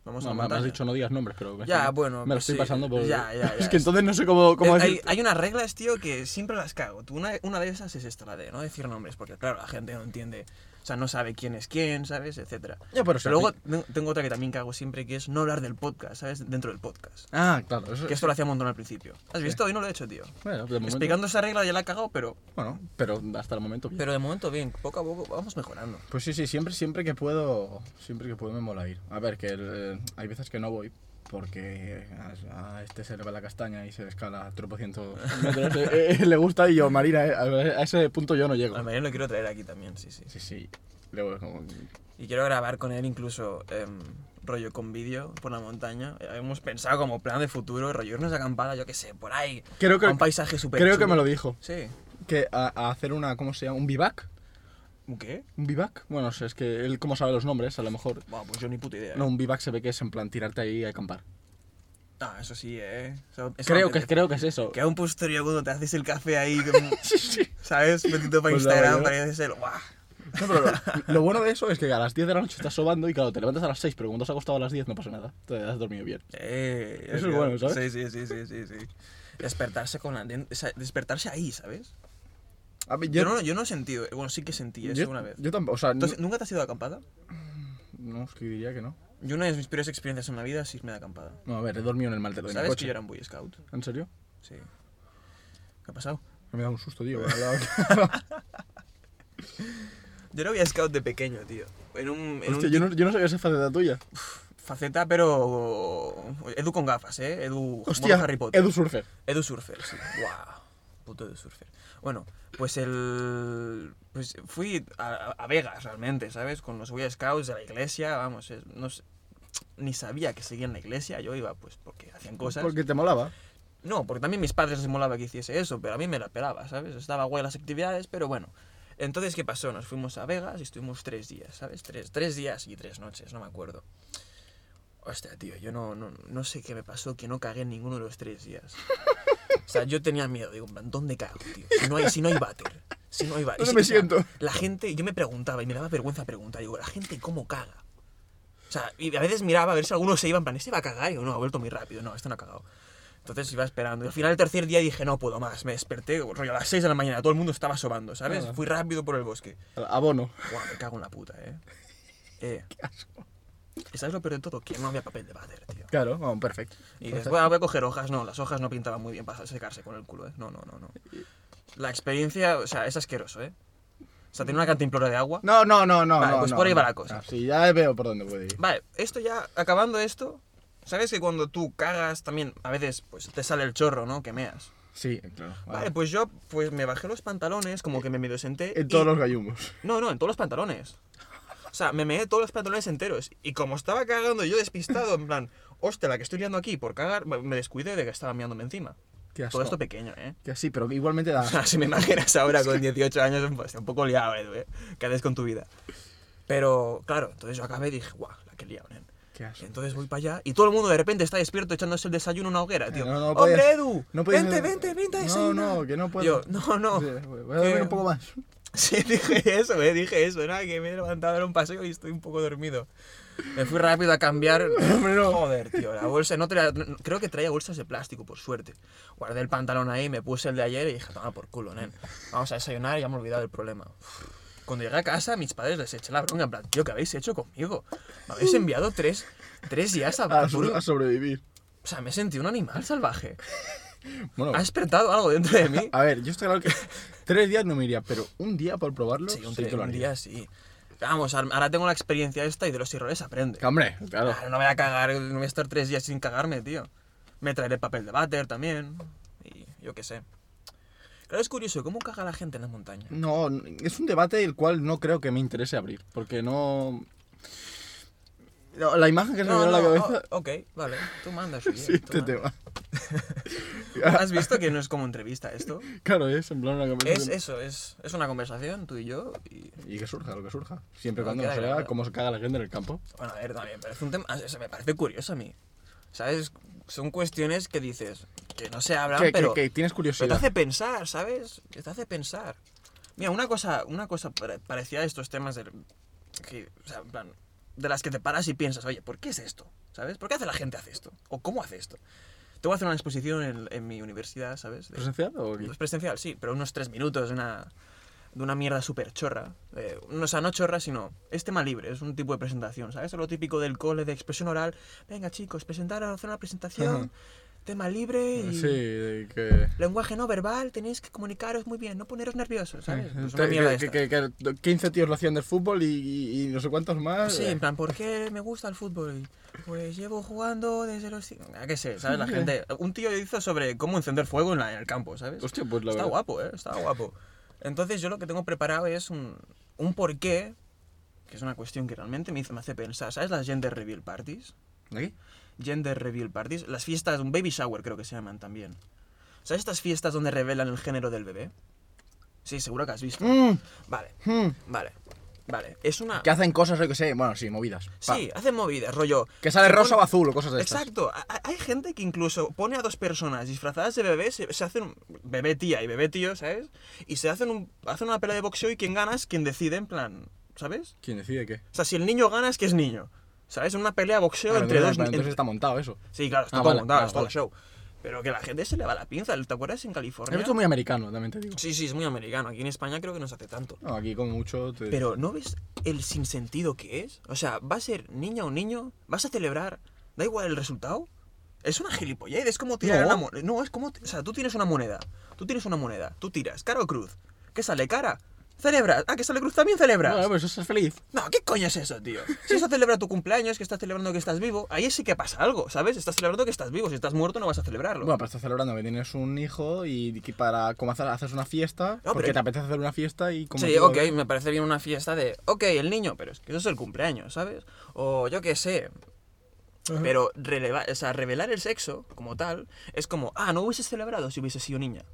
Speaker 2: Vamos Pues
Speaker 1: No,
Speaker 2: a la
Speaker 1: me- me
Speaker 2: montaña.
Speaker 1: has dicho no digas nombres, pero... me-
Speaker 2: Ya, bueno,
Speaker 1: Me lo
Speaker 2: pues
Speaker 1: estoy
Speaker 2: sí.
Speaker 1: pasando por...
Speaker 2: Ya, ya, ya,
Speaker 1: es que
Speaker 2: sí.
Speaker 1: entonces no sé cómo, cómo
Speaker 2: Eh,
Speaker 1: decir...
Speaker 2: hay, hay unas reglas, tío, que siempre las cago. Tú, una, una de esas es esta, la de no decir nombres, porque claro, la gente no entiende, o sea, no sabe quién es quién, ¿sabes? Etcétera.
Speaker 1: Ya, pero se
Speaker 2: Pero luego
Speaker 1: aplica.
Speaker 2: ten- tengo otra que también cago siempre, que es no hablar del podcast, ¿sabes? Dentro del podcast.
Speaker 1: Ah, claro, eso...
Speaker 2: Que esto lo hacía un montón al principio. ¿Has visto? Hoy no lo he hecho, tío.
Speaker 1: Bueno, de momento...
Speaker 2: Explicando esa regla ya la he cagado, pero,
Speaker 1: Bueno, pero hasta el momento bien.
Speaker 2: pero de momento bien, poco a poco vamos mejorando.
Speaker 1: Pues sí, sí, siempre, siempre que puedo, siempre que puedo me mola ir. A ver, que eh, hay veces que no voy porque a, a este se le va la castaña y se le escala tropocientos metros. eh, eh, le gusta y yo, Marina, eh, a, a ese punto yo no llego.
Speaker 2: Al Mariano lo quiero traer aquí también, sí, sí.
Speaker 1: Sí, sí. Luego, como-
Speaker 2: Y quiero grabar con él incluso em, rollo con vídeo por la montaña. Eh, Hemos pensado como plan de futuro, rollo irnos de acampada, yo qué sé, por ahí.
Speaker 1: Creo que-
Speaker 2: a un paisaje súper
Speaker 1: creo que me lo dijo.
Speaker 2: Sí.
Speaker 1: Que a, a hacer una, ¿cómo se llama? ¿Un vivac?
Speaker 2: ¿Un qué?
Speaker 1: ¿Un vivac? Bueno, no sé, es que él como sabe los nombres, a lo mejor...
Speaker 2: Buah, pues yo ni puta idea. ¿eh?
Speaker 1: No, un vivac se ve que es en plan tirarte ahí a acampar.
Speaker 2: Ah, eso sí, eh. Eso- eso
Speaker 1: Creo
Speaker 2: me
Speaker 1: que,
Speaker 2: apetece.
Speaker 1: creo que es eso.
Speaker 2: Que a un posturio cuando te haces el café ahí, como,
Speaker 1: Sí, sí.
Speaker 2: ¿sabes? Metido para
Speaker 1: Pues la
Speaker 2: Instagram,
Speaker 1: verdad.
Speaker 2: para haces el. ¡Guau!
Speaker 1: No, pero lo, lo bueno de eso es que a las 10 de la noche estás sobando y claro, te levantas a las 6, pero cuando te has acostado a las 10 no pasa nada. Te has dormido bien.
Speaker 2: Eh,
Speaker 1: Eso es
Speaker 2: tío.
Speaker 1: bueno, ¿sabes?
Speaker 2: Sí, sí, sí, sí, sí. sí. Despertarse con la. den- o sea, Despertarse ahí, ¿sabes?
Speaker 1: A mí,
Speaker 2: Yo, no, yo no he sentido. Bueno, sí que sentí eso
Speaker 1: yo-
Speaker 2: una vez.
Speaker 1: Yo tampoco, o sea, no,
Speaker 2: Entonces, ¿Nunca te has ido de acampada?
Speaker 1: no, es que diría que no.
Speaker 2: Yo una de mis peores experiencias en la vida es irme de acampada.
Speaker 1: No, a ver, he dormido en el maletero de mi
Speaker 2: ¿Sabes que
Speaker 1: coche.
Speaker 2: yo era un Boy Scout?
Speaker 1: ¿En serio?
Speaker 2: Sí. ¿Qué ha pasado?
Speaker 1: Me da un susto, tío. al lado.
Speaker 2: Yo era Boy Scout de pequeño, tío. En un, en un
Speaker 1: Hostia, yo no, yo no sabía esa faceta tuya.
Speaker 2: faceta, pero... Edu con gafas, ¿eh? Edu...
Speaker 1: Hostia,
Speaker 2: modo Harry Potter.
Speaker 1: Edu Surfer.
Speaker 2: Edu Surfer, sí. Guau. Puto Edu Surfer. Bueno, pues el... Pues fui a, a Vegas realmente, ¿sabes? Con los Boy Scouts de la iglesia, vamos, es- no sé, Ni sabía que seguían la iglesia, yo iba pues porque hacían cosas.
Speaker 1: Porque te molaba.
Speaker 2: No, porque también mis padres les molaba que hiciese eso, pero a mí me la pelaba, ¿sabes? Estaba guay las actividades, pero bueno. Entonces, ¿qué pasó? Nos fuimos a Vegas y estuvimos tres días, ¿sabes? Tres, tres días y tres noches, no me acuerdo. Hostia, tío, yo no, no, no sé qué me pasó, que no cagué en ninguno de los tres días. O sea, yo tenía miedo. Digo, en plan, ¿dónde cago, tío? Si no hay, si no hay váter. Si no hay váter.
Speaker 1: ¿Dónde
Speaker 2: Y sí,
Speaker 1: me
Speaker 2: o sea,
Speaker 1: siento?
Speaker 2: La gente, yo me preguntaba y me daba vergüenza preguntar. Digo, ¿la gente cómo caga? O sea, y a veces miraba a ver si alguno se iba en plan, ¿este va a cagar? Y yo, no, ha vuelto muy rápido. No, este no ha cagado. Entonces iba esperando. Y al final, el tercer día dije, no puedo más. Me desperté, rollo, a las 6 de la mañana. Todo el mundo estaba sobando, ¿sabes?
Speaker 1: Nada.
Speaker 2: Fui rápido por el bosque.
Speaker 1: Abono.
Speaker 2: Buah, me cago en la puta, ¿eh? Eh. ¿Y ¿Sabes lo peor de todo? Que no había papel de váter, tío.
Speaker 1: Claro, vamos, perfecto.
Speaker 2: Y dices, bueno, voy a coger hojas. No, las hojas no pintaban muy bien para secarse con el culo, ¿eh? No, no, no, no. La experiencia, o sea, es asqueroso, ¿eh? O sea, tiene una cantimplora de agua.
Speaker 1: No, no, no, no.
Speaker 2: Vale,
Speaker 1: no,
Speaker 2: pues
Speaker 1: no,
Speaker 2: por ahí
Speaker 1: no.
Speaker 2: va la cosa.
Speaker 1: Ah, sí, ya veo por dónde puede ir.
Speaker 2: Vale, esto ya, acabando esto, ¿sabes que cuando tú cagas también a veces pues te sale el chorro, ¿no? Que meas.
Speaker 1: Sí, claro.
Speaker 2: Vale, pues yo pues me bajé los pantalones, como que me medio senté.
Speaker 1: En
Speaker 2: y-
Speaker 1: todos los gallumbos.
Speaker 2: No, no, en todos los pantalones. O sea, me meé todos los pantalones enteros. Y como estaba cagando yo despistado, en plan, hostia, la que estoy liando aquí por cagar, me me descuidé de que estaba miándome encima.
Speaker 1: Qué asco.
Speaker 2: Todo esto pequeño, ¿eh?
Speaker 1: Que así, pero que igualmente da.
Speaker 2: O sea, si me imaginas ahora con 18 años, pues, está un poco liado, Edu, ¿eh? ¿Qué haces con tu vida? Pero, claro, entonces yo acabé y dije, guau, la que liado, nen.
Speaker 1: Qué asco.
Speaker 2: Entonces voy para allá y todo el mundo de repente está despierto echándose el desayuno en una hoguera, tío.
Speaker 1: Eh, no, no
Speaker 2: ¡Hombre,
Speaker 1: podías-
Speaker 2: Edu!
Speaker 1: no podías-
Speaker 2: ¡Vente, vente, vente a
Speaker 1: No,
Speaker 2: desayunar!
Speaker 1: no, que no puedo.
Speaker 2: Yo, no, no.
Speaker 1: Sí, Voy a dormir
Speaker 2: que-
Speaker 1: un poco más.
Speaker 2: Sí, dije eso, eh, dije eso, nada, que me he levantado a dar un paseo y estoy un poco dormido. Me fui rápido a cambiar.
Speaker 1: Hombre, no.
Speaker 2: Joder, tío, la bolsa, no traía- no- creo que traía bolsas de plástico, por suerte. Guardé el pantalón ahí, me puse el de ayer y dije, toma por culo, nen. Vamos a desayunar y ya me he olvidado del problema. Uf. Cuando llegué a casa, mis padres les eché la bronca, en plan, tío, ¿qué habéis hecho conmigo? Me habéis enviado tres, tres días a,
Speaker 1: A,
Speaker 2: a
Speaker 1: sobre- a sobrevivir.
Speaker 2: O sea, me he sentido un animal salvaje.
Speaker 1: Bueno,
Speaker 2: ¿Ha despertado algo dentro de mí?
Speaker 1: a ver, yo estoy claro que. Tres días no me iría, pero un día por probarlo.
Speaker 2: Sí, un,
Speaker 1: sí que lo
Speaker 2: un
Speaker 1: haría.
Speaker 2: día sí. Vamos, ahora ahora tengo la experiencia esta y de los errores aprende.
Speaker 1: Que, hombre, claro.
Speaker 2: Claro, no voy a cagar, no voy a estar tres días sin cagarme, tío. Me traeré papel de váter también. Y yo qué sé. Claro, es curioso, ¿cómo caga la gente en la montaña?
Speaker 1: No, es un debate el cual no creo que me interese abrir, porque no... no, la imagen que se me
Speaker 2: No,
Speaker 1: viene a
Speaker 2: no,
Speaker 1: la cabeza...
Speaker 2: oh, ok, vale, tú mandas. oye,
Speaker 1: sí,
Speaker 2: tú
Speaker 1: este
Speaker 2: mandas.
Speaker 1: tema.
Speaker 2: ¿Has visto que no es como entrevista esto?
Speaker 1: Claro, es en plan una
Speaker 2: Es
Speaker 1: conversación.
Speaker 2: eso, es, es una conversación, tú y yo. Y,
Speaker 1: Y que surja, lo que surja. Siempre y
Speaker 2: No,
Speaker 1: cuando
Speaker 2: queda
Speaker 1: nos salga
Speaker 2: grabado.
Speaker 1: cómo se caga la gente en el campo.
Speaker 2: bueno, a ver, también, pero es un tema. o sea, me parece curioso a mí. ¿Sabes? Son cuestiones que dices que no se hablan,
Speaker 1: que, que-
Speaker 2: pero.
Speaker 1: que tienes
Speaker 2: Pero te
Speaker 1: curiosidad.
Speaker 2: hace pensar, ¿sabes? Te hace pensar. Mira, una cosa, una cosa pare- parecida a estos temas del- que, o sea, en plan, de las que te paras y piensas, oye, ¿por qué es esto? ¿Sabes? ¿Por qué hace la gente hace esto? ¿O cómo hace esto? Te voy a hacer una exposición en, en mi universidad, ¿sabes? De-
Speaker 1: ¿Presencial o aquí?
Speaker 2: es presencial, sí, pero unos tres minutos de una, de una mierda súper chorra. Eh, no, o sea, no chorra, sino es tema libre, es un tipo de presentación, ¿sabes? Es lo típico del cole de expresión oral. Venga, chicos, presentar, hacer una presentación,
Speaker 1: Ajá.
Speaker 2: tema libre y...
Speaker 1: Sí, de que...
Speaker 2: Lenguaje no verbal, tenéis que comunicaros muy bien, no poneros nerviosos, ¿sabes? Pues una
Speaker 1: Te-
Speaker 2: mierda
Speaker 1: que, que-
Speaker 2: esta.
Speaker 1: que 15 tíos lo hacían del fútbol y, y- y no sé cuántos más.
Speaker 2: Pues Sí, en
Speaker 1: eh,
Speaker 2: plan, ¿por qué me gusta el fútbol? Y, Pues llevo jugando desde los... ci- Ah, qué sé, ¿sabes? La gente... Un tío hizo sobre cómo encender fuego en, la- en el campo, ¿sabes?
Speaker 1: Hostia, pues la
Speaker 2: Está
Speaker 1: verdad.
Speaker 2: guapo, ¿eh? Está guapo. Entonces yo lo que tengo preparado es un, un porqué, que es una cuestión que realmente me, hizo- me hace pensar. ¿Sabes las gender reveal parties?
Speaker 1: ¿Aquí?
Speaker 2: Gender reveal parties. Las fiestas, un baby shower creo que se llaman también. ¿Sabes estas fiestas donde revelan el género del bebé? Sí, seguro que has visto.
Speaker 1: Mm,
Speaker 2: Vale,
Speaker 1: mm.
Speaker 2: vale, vale. Es una...
Speaker 1: Que hacen cosas, yo que sé, bueno, sí, movidas. Pa.
Speaker 2: Sí, hacen movidas, rollo...
Speaker 1: Que sale
Speaker 2: se pone-
Speaker 1: rosa o azul o cosas de estas.
Speaker 2: Exacto. Ha- ha- Hay gente que incluso pone a dos personas disfrazadas de bebé, se, se hacen un- bebé tía y bebé tío, ¿sabes? Y se hacen, un, hacen una pelea de boxeo y quien gana es quien decide, en plan, ¿sabes?
Speaker 1: ¿Quién decide qué?
Speaker 2: O sea, si el niño gana es que es niño, ¿sabes? Una pelea de boxeo
Speaker 1: Claro,
Speaker 2: entre
Speaker 1: entonces-
Speaker 2: dos... ni-
Speaker 1: entonces
Speaker 2: entre-
Speaker 1: está montado eso.
Speaker 2: Sí, claro, está
Speaker 1: Ah,
Speaker 2: todo
Speaker 1: vale,
Speaker 2: montado,
Speaker 1: vale,
Speaker 2: es todo
Speaker 1: vale.
Speaker 2: show. Pero que la gente se le va la pinza, ¿te acuerdas en California?
Speaker 1: Esto es muy americano, también te digo.
Speaker 2: Sí, sí, es muy americano. Aquí en España creo que no se hace tanto.
Speaker 1: No, aquí como mucho te...
Speaker 2: Pero ¿no ves el sinsentido que es? O sea, ¿va a ser niña o niño? ¿Vas a celebrar? ¿Da igual el resultado? Es una gilipollez, es como tirar
Speaker 1: No.
Speaker 2: una moneda. No, es como... O sea, tú tienes una moneda. Tú tienes una moneda. Tú tiras. ¿Cara o cruz? ¿Qué sale cara? Celebras. Ah, que sale cruz también celebras.
Speaker 1: Bueno, pues eso es feliz.
Speaker 2: No, ¿qué coño es eso, tío? Si eso celebra tu cumpleaños, que estás celebrando que estás vivo, ahí sí que pasa algo, ¿sabes? Estás celebrando que estás vivo. Si estás muerto no vas a celebrarlo.
Speaker 1: Bueno, pero estás celebrando que tienes un hijo y que para como hacer- haces una fiesta,
Speaker 2: pero-
Speaker 1: porque te apetece hacer una fiesta y como... eh.
Speaker 2: Sí,
Speaker 1: tú-
Speaker 2: ok, me parece bien una fiesta de, ok, el niño, pero es que eso es el cumpleaños, ¿sabes? O yo qué sé.
Speaker 1: Ajá.
Speaker 2: Pero releva- o sea, revelar el sexo como tal es como, ah, no hubieses celebrado si hubiese sido niña.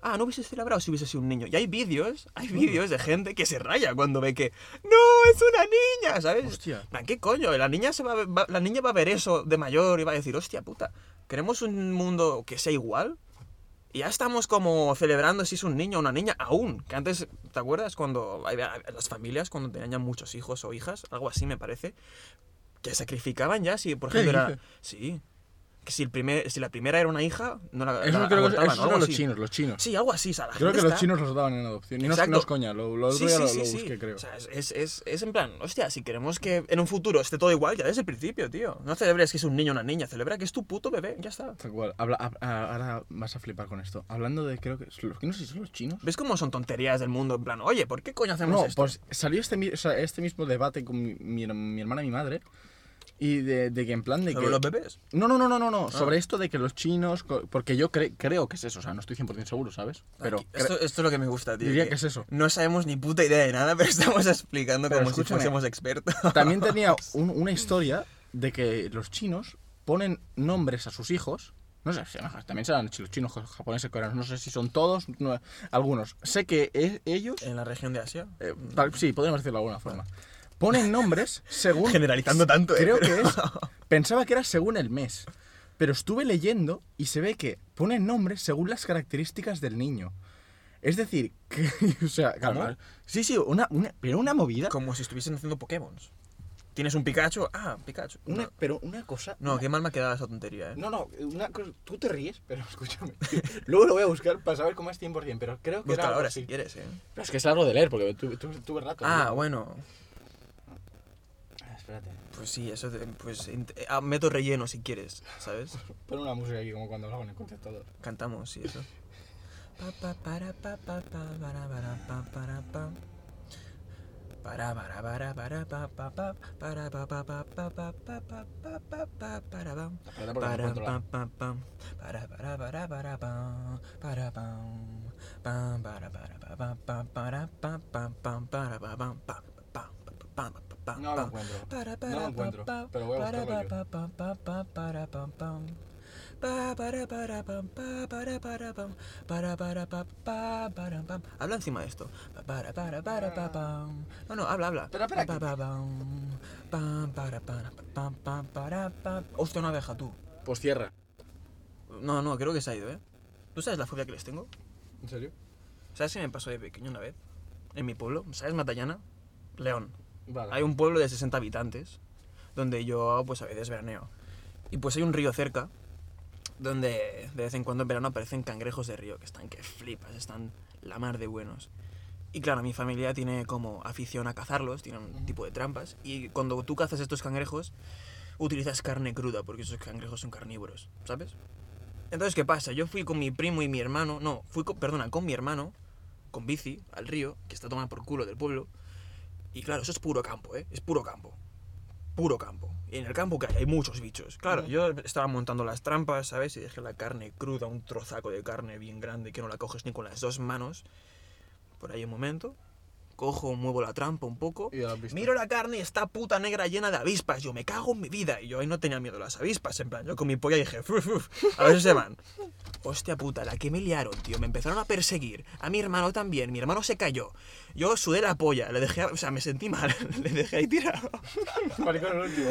Speaker 2: Ah, no hubieses celebrado si hubiese sido un niño. Y hay vídeos, hay vídeos de gente que se raya cuando ve que, no, es una niña, ¿sabes?
Speaker 1: Hostia.
Speaker 2: En plan, ¿Qué coño? La niña, se va a ver- va- la niña va a ver eso de mayor y va a decir, hostia puta, ¿queremos un mundo que sea igual? Y ya estamos como celebrando si es un niño o una niña aún. Que antes, ¿te acuerdas? Cuando había- las familias, cuando tenían ya muchos hijos o hijas, algo así me parece, que sacrificaban ya si, por
Speaker 1: ¿Qué
Speaker 2: ejemplo, era...
Speaker 1: dices?
Speaker 2: Sí. Que si, el primer, si la primera era una hija, no la,
Speaker 1: Eso
Speaker 2: la
Speaker 1: creo que
Speaker 2: abortaban,
Speaker 1: eso
Speaker 2: o algo
Speaker 1: son los
Speaker 2: así.
Speaker 1: chinos, los chinos.
Speaker 2: Sí, algo así. o sea, la
Speaker 1: creo
Speaker 2: gente
Speaker 1: que los
Speaker 2: está-
Speaker 1: chinos los daban en adopción. Y no, es-
Speaker 2: Exacto.
Speaker 1: no es coña, lo, lo, otro
Speaker 2: Sí,
Speaker 1: día
Speaker 2: sí,
Speaker 1: lo,
Speaker 2: sí,
Speaker 1: lo
Speaker 2: sí.
Speaker 1: busqué, creo.
Speaker 2: O sea, es- es, es, es en plan, hostia, si queremos que en un futuro esté todo igual, ya desde el principio, tío. No celebres que es un niño o una niña, celebra que es tu puto bebé, ya está.
Speaker 1: Tal cual. Habla- hab- a- ahora vas a flipar con esto. Hablando de, creo que. Los, no sé si son los chinos.
Speaker 2: ¿Ves cómo son tonterías del mundo? En plan, oye, ¿por qué coño hacemos
Speaker 1: No,
Speaker 2: esto?
Speaker 1: pues salió este, mi- o sea, este mismo debate con mi, mi, her- mi hermana y mi madre. Y de, de que en plan de
Speaker 2: ¿Sobre
Speaker 1: que.
Speaker 2: los bebés? Ah.
Speaker 1: No, no, no, no, no, no. Sobre esto de que los chinos. co- Porque yo cre- creo que es eso, o sea, no estoy 100% seguro, ¿sabes? Pero.
Speaker 2: Aquí,
Speaker 1: cre-
Speaker 2: esto, esto es lo que me gusta, tío.
Speaker 1: Diría que es eso.
Speaker 2: No sabemos ni puta idea de nada, pero estamos explicando
Speaker 1: Pero
Speaker 2: como si
Speaker 1: escúchame.
Speaker 2: fuésemos expertos.
Speaker 1: También tenía un- una historia de que los chinos ponen nombres a sus hijos. No sé, se- también serán los chinos, japoneses, coreanos. No sé si son todos, no- algunos. Sé que e- ellos.
Speaker 2: En la región de Asia.
Speaker 1: eh, tal- sí, podríamos decirlo de alguna forma. Ponen nombres según.
Speaker 2: Generalizando tanto, eh,
Speaker 1: Creo
Speaker 2: pero-
Speaker 1: que es. Pensaba que era según el mes. Pero estuve leyendo y se ve que ponen nombres según las características del niño. Es decir, que. O sea, claro,
Speaker 2: ¿Cómo?
Speaker 1: Sí, sí, una, una- pero una movida.
Speaker 2: Como si estuviesen haciendo Pokémon. ¿Tienes un Pikachu? Ah, Pikachu.
Speaker 1: Una,
Speaker 2: No,
Speaker 1: pero una cosa.
Speaker 2: No, qué mal me ha quedado esa tontería, eh.
Speaker 1: No, no, una cosa, tú te ríes, pero escúchame. Luego lo voy a buscar para saber cómo es 100%, pero creo que
Speaker 2: Busca
Speaker 1: era algo
Speaker 2: ahora
Speaker 1: así.
Speaker 2: si quieres, eh.
Speaker 1: Pero es que es algo de leer, porque tu- tu- tuve rato.
Speaker 2: Ah, bueno.
Speaker 1: Ah, Espérate,
Speaker 2: Pues sí, eso de, pues int- eh, ah, meto relleno si quieres, ¿sabes?
Speaker 1: pon una música aquí como cuando hago en el contestador.
Speaker 2: Cantamos y eso. Pa, pa, para, pa, pa, pa, para, para, pa, para, pa. Para, para, para, para, pa, pa, pa, para, pa, pa, pa, pa, pa, pa, pa, pa, pa, pa, para, pa.
Speaker 1: Espérate porque no
Speaker 2: Para,
Speaker 1: encuentro
Speaker 2: pa,
Speaker 1: la-
Speaker 2: pa, pa. Para, para, para, para, pa. Para, pa. Pa, para, para, pa, pa, pa, para, pa, pa, pa, para, pa, pa, pa, pa, pa, pa, pa, pa,
Speaker 1: No lo
Speaker 2: pa.
Speaker 1: encuentro.
Speaker 2: Para,
Speaker 1: No lo
Speaker 2: para,
Speaker 1: encuentro,
Speaker 2: pa, pa,
Speaker 1: pero voy a
Speaker 2: para,
Speaker 1: buscarlo yo.
Speaker 2: pa, pa, pa, pa, para, pa, pa. Pa, para, para, pa, pa, para, para, pa, para, para, pa, pa, para, pa. Habla encima de esto. Pa, para, para, para, pa, pa. No, no, habla, habla.
Speaker 1: Ah. Espera, espera,
Speaker 2: Pa, pa, pa, pa, para, para, pa, pa, para, pa. Hostia, una abeja, tú.
Speaker 1: Pues cierra.
Speaker 2: No, no, creo que se ha ido, ¿eh? ¿Tú sabes la fobia que les tengo?
Speaker 1: ¿En serio?
Speaker 2: ¿Sabes qué me pasó de pequeño una vez? En mi pueblo, ¿sabes Matallana? León.
Speaker 1: Vale.
Speaker 2: Hay un pueblo de 60 habitantes donde yo pues a veces veraneo. Y pues hay un río cerca donde de vez en cuando en verano aparecen cangrejos de río que están que flipas, están la mar de buenos. Y claro, mi familia tiene como afición a cazarlos, tiene un tipo de trampas. Y cuando tú cazas estos cangrejos, utilizas carne cruda, porque esos cangrejos son carnívoros, ¿sabes? Entonces, ¿qué pasa? Yo fui con mi primo y mi hermano, no, fui con, perdona, con mi hermano, con bici, al río, que está tomado por culo del pueblo. Y claro, eso es puro campo, ¿eh? Es puro campo. Puro campo. Y en el campo que hay, hay muchos bichos. Claro, yo estaba montando las trampas, ¿sabes? Y dejé la carne cruda, un trozaco de carne bien grande que no la coges ni con las dos manos. Por ahí un momento. Cojo, muevo la trampa un poco.
Speaker 1: Y ya la has visto.
Speaker 2: Miro la carne y está puta negra llena de avispas. Yo me cago en mi vida. Y yo ahí no tenía miedo a las avispas. En plan, yo con mi polla dije, "Fuf, fuf, a ver si se van. Hostia puta, la que me liaron, tío. Me empezaron a perseguir. A mi hermano también. Mi hermano se cayó. Yo sudé la polla. Le dejé, o sea, me sentí mal. Le dejé ahí tirado.
Speaker 1: Maricón, el último.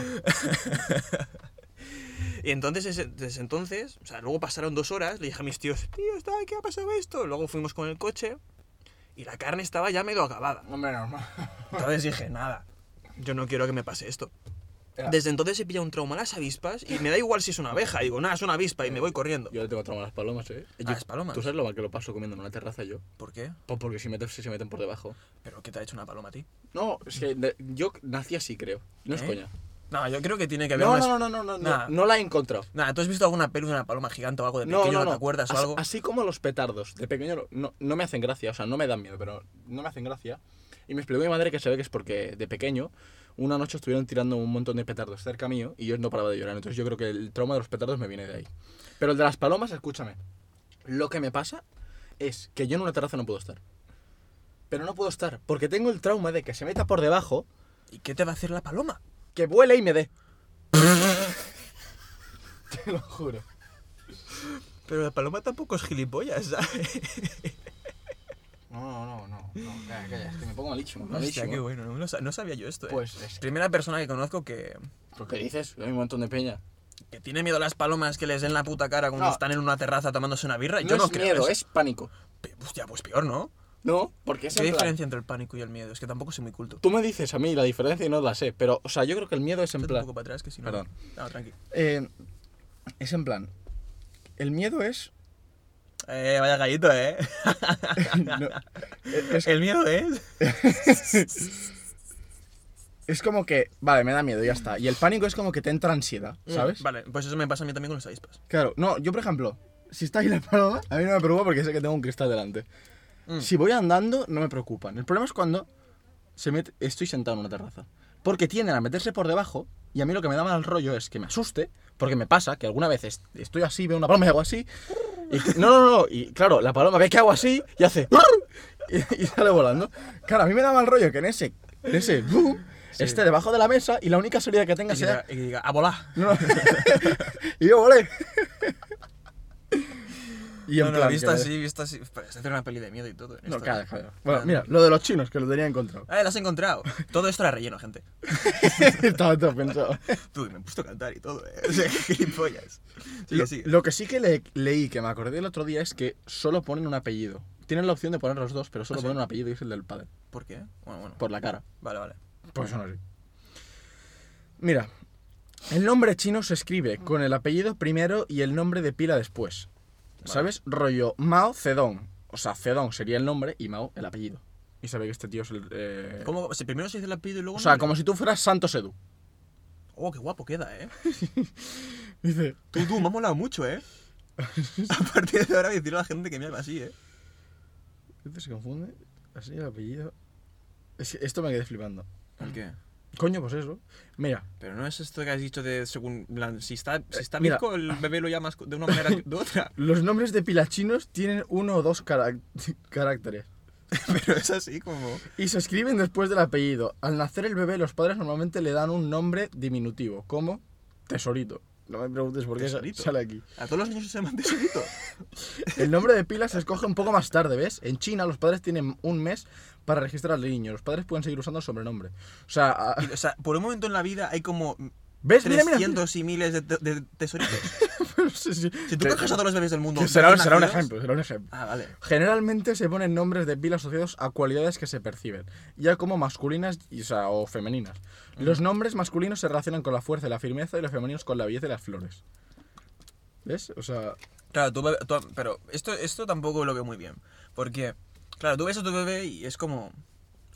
Speaker 2: Y entonces, ese- desde entonces, o sea, luego pasaron dos horas, le dije a mis tíos, tíos, tal, ¿qué ha pasado esto? Luego fuimos con el coche y la carne estaba ya medio acabada.
Speaker 1: Hombre, normal.
Speaker 2: Entonces dije, nada, yo no quiero que me pase esto.
Speaker 1: Ya.
Speaker 2: Desde entonces he pillado un trauma a las avispas y me da igual si es una abeja. Digo, nada, es una avispa y me voy corriendo.
Speaker 1: Yo le tengo trauma a las palomas, ¿eh?
Speaker 2: ¿A
Speaker 1: Yo-
Speaker 2: Ah, las palomas?
Speaker 1: ¿Tú sabes lo mal que lo paso comiendo en una terraza yo?
Speaker 2: ¿Por qué?
Speaker 1: Pues porque si, metes, si se meten por debajo.
Speaker 2: ¿Pero qué te ha hecho una paloma a ti?
Speaker 1: No, es que de- yo nací así, creo. No es
Speaker 2: ¿Eh?
Speaker 1: coña.
Speaker 2: No, yo creo que tiene que haber
Speaker 1: No,
Speaker 2: unas-
Speaker 1: no, no, no, no,
Speaker 2: Nah.
Speaker 1: no, no la he encontrado.
Speaker 2: Nada, ¿tú has visto alguna peli de una paloma gigante o algo de pequeño?
Speaker 1: no,
Speaker 2: ¿No,
Speaker 1: no, no.
Speaker 2: te acuerdas o
Speaker 1: As-
Speaker 2: algo?
Speaker 1: Así como los petardos. De pequeño no- no, no me hacen gracia, o sea, no me dan miedo, pero no me hacen gracia. Y me explicó mi madre que se ve que es porque de pequeño una noche estuvieron tirando un montón de petardos cerca mío y yo no paraba de llorar. Entonces yo creo que el trauma de los petardos me viene de ahí. Pero el de las palomas, escúchame. Lo que me pasa es que yo en una terraza no puedo estar. Pero no puedo estar porque tengo el trauma de que se meta por debajo,
Speaker 2: ¿Y qué te va a hacer la paloma?
Speaker 1: que vuele y me dé. Te lo juro.
Speaker 2: Pero la paloma tampoco es gilipollas, ¿sabes?
Speaker 1: No, no, no, no, no, calla, calla, es que me pongo malísimo,
Speaker 2: Hostia,
Speaker 1: malísimo.
Speaker 2: qué bueno, no, lo sa- no sabía yo esto, ¿eh?
Speaker 1: Pues es que,
Speaker 2: Primera persona que conozco que,
Speaker 1: ¿por qué dices? Hay un montón de peña.
Speaker 2: que tiene miedo a las palomas que les den la puta cara cuando
Speaker 3: No.
Speaker 2: están en una terraza tomándose una birra. Yo
Speaker 3: No
Speaker 2: no
Speaker 3: es
Speaker 2: creo
Speaker 3: miedo,
Speaker 2: eso.
Speaker 3: es pánico.
Speaker 2: Pe- Hostia, pues peor, ¿no?
Speaker 3: No, porque es
Speaker 2: ¿Qué
Speaker 3: en plan-
Speaker 2: diferencia entre el pánico y el miedo? Es que tampoco soy muy culto.
Speaker 1: Tú me dices a mí la diferencia y no la sé, pero, o sea, yo creo que el miedo es en
Speaker 2: Vete un
Speaker 1: plan.
Speaker 2: poco para atrás que si no.
Speaker 1: Perdón.
Speaker 2: No, tranqui.
Speaker 1: eh, es en plan. El miedo es.
Speaker 2: Eh, vaya gallito, ¿eh?
Speaker 1: no, es,
Speaker 2: El miedo es.
Speaker 1: es como que. Vale, me da miedo, ya está. Y el pánico es como que te entra ansiedad, ¿sabes?
Speaker 2: Vale, pues eso me pasa a mí también con los avispas.
Speaker 1: Claro, no, yo por ejemplo, si está ahí la paloma, a mí no me preocupa porque sé que tengo un cristal delante.
Speaker 2: Mm.
Speaker 1: Si voy andando, no me preocupan. El problema es cuando se mete- estoy sentado en una terraza. Porque tienden a meterse por debajo y a mí lo que me da mal rollo es que me asuste, porque me pasa que alguna vez est- estoy así, veo una paloma y hago así. Y, no, no, no, y claro, la paloma ve que hago así y hace... Y, y sale volando. Claro, a mí me da mal rollo que en ese... En ese... boom, Esté debajo de la mesa y la única salida que tenga
Speaker 2: Y que,
Speaker 1: sea
Speaker 2: diga, y que diga, a volar.
Speaker 1: no, no. y yo volé. y
Speaker 2: No,
Speaker 1: en
Speaker 2: no,
Speaker 1: plan.
Speaker 2: visto
Speaker 1: que-
Speaker 2: así, visto así. Parece hacer Pues, una peli de miedo y todo. en
Speaker 1: No,
Speaker 2: esto.
Speaker 1: cada, cada. Bueno, mira, lo de los chinos que lo tenía encontrado.
Speaker 2: Eh, lo has encontrado. Todo esto era relleno, gente.
Speaker 1: Estaba todo pensado.
Speaker 2: Tú, y me he puesto a cantar y todo, eh. O sea, gilipollas. Sigue,
Speaker 1: lo,
Speaker 2: sigue.
Speaker 1: lo que sí que le- leí, que me acordé el otro día, es que solo ponen un apellido. Tienen la opción de poner los dos, pero solo
Speaker 2: ¿Ah, sí?
Speaker 1: ponen un apellido y es el del padre.
Speaker 2: ¿Por qué? Bueno, bueno.
Speaker 1: Por la cara.
Speaker 2: Vale, vale.
Speaker 1: Pues son así. Mira, el nombre chino se escribe con el apellido primero y el nombre de pila después. ¿Sabes? Rollo Mao Zedong. O sea, Zedong sería el nombre y Mao el apellido. Y sabe que este tío es el. eh,
Speaker 2: ¿Cómo? Si primero se dice el apellido y luego.
Speaker 1: O sea,
Speaker 2: no?
Speaker 1: como si tú fueras Santos Edu.
Speaker 2: Oh, qué guapo queda, eh.
Speaker 1: Dice.
Speaker 2: Tú, tú, me ha molado mucho, eh. A partir de ahora voy a decirle a la gente que me llama así, eh.
Speaker 1: Se confunde. Así el apellido. esto me quedé flipando.
Speaker 2: ¿Por qué?
Speaker 1: Coño, pues eso. Mira,
Speaker 2: Pero no es esto que has dicho de según. en plan, si está, si está
Speaker 1: mira.
Speaker 2: bizco, el bebé lo llamas de una manera que de otra.
Speaker 1: los nombres de pila chinos tienen uno o dos carac- caracteres.
Speaker 2: Pero es así como.
Speaker 1: Y se escriben después del apellido. Al nacer el bebé, los padres normalmente le dan un nombre diminutivo, como tesorito. No me preguntes por qué sa-
Speaker 2: Tesorito.
Speaker 1: sale aquí.
Speaker 2: A todos los niños se llaman tesorito.
Speaker 1: El nombre de pila se escoge un poco más tarde, ¿ves? En China los padres tienen un mes para registrar al niño. Los padres pueden seguir usando el sobrenombre. O sea, a-
Speaker 2: O sea, por un momento en la vida hay como
Speaker 1: ¿ves? Mira, mira. mira.
Speaker 2: 300 y miles de, te- de tesoritos.
Speaker 1: Sí, sí.
Speaker 2: Si tú coges a todos los bebés del mundo.
Speaker 1: Que será,
Speaker 2: recién
Speaker 1: será un
Speaker 2: nacidos-
Speaker 1: ejemplo, será un ejemplo.
Speaker 2: Ah, vale.
Speaker 1: Generalmente se ponen nombres de pila asociados a cualidades que se perciben, ya como masculinas y, o, sea, o femeninas. Los nombres masculinos se relacionan con la fuerza y la firmeza y los femeninos con la belleza y las flores. ¿Ves? O sea,
Speaker 2: Claro, tu bebé- tu- pero esto, esto tampoco lo veo muy bien. Porque, claro, tú ves a tu bebé y es como.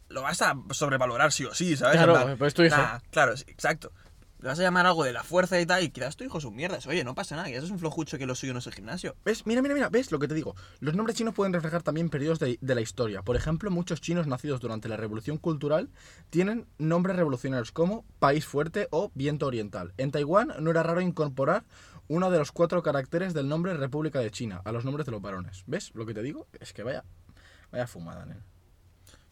Speaker 2: Lo vas a sobrevalorar sí o sí, ¿sabes?
Speaker 1: Claro,
Speaker 2: En plan,
Speaker 1: pues tu hijo.
Speaker 2: nah, claro, sí, exacto. Le vas a llamar algo de la fuerza y tal, y quizás tu hijo es un mierda. Oye, no pasa nada, que eso es un flojucho que lo suyo no es el gimnasio.
Speaker 1: ¿ves? Mira, mira, mira, ¿ves lo que te digo? Los nombres chinos pueden reflejar también periodos de, de la historia. Por ejemplo, muchos chinos nacidos durante la Revolución Cultural tienen nombres revolucionarios como País Fuerte o Viento Oriental. En Taiwán no era raro incorporar uno de los cuatro caracteres del nombre República de China a los nombres de los varones. ¿Ves lo que te digo? Es que vaya, vaya fumada, nena.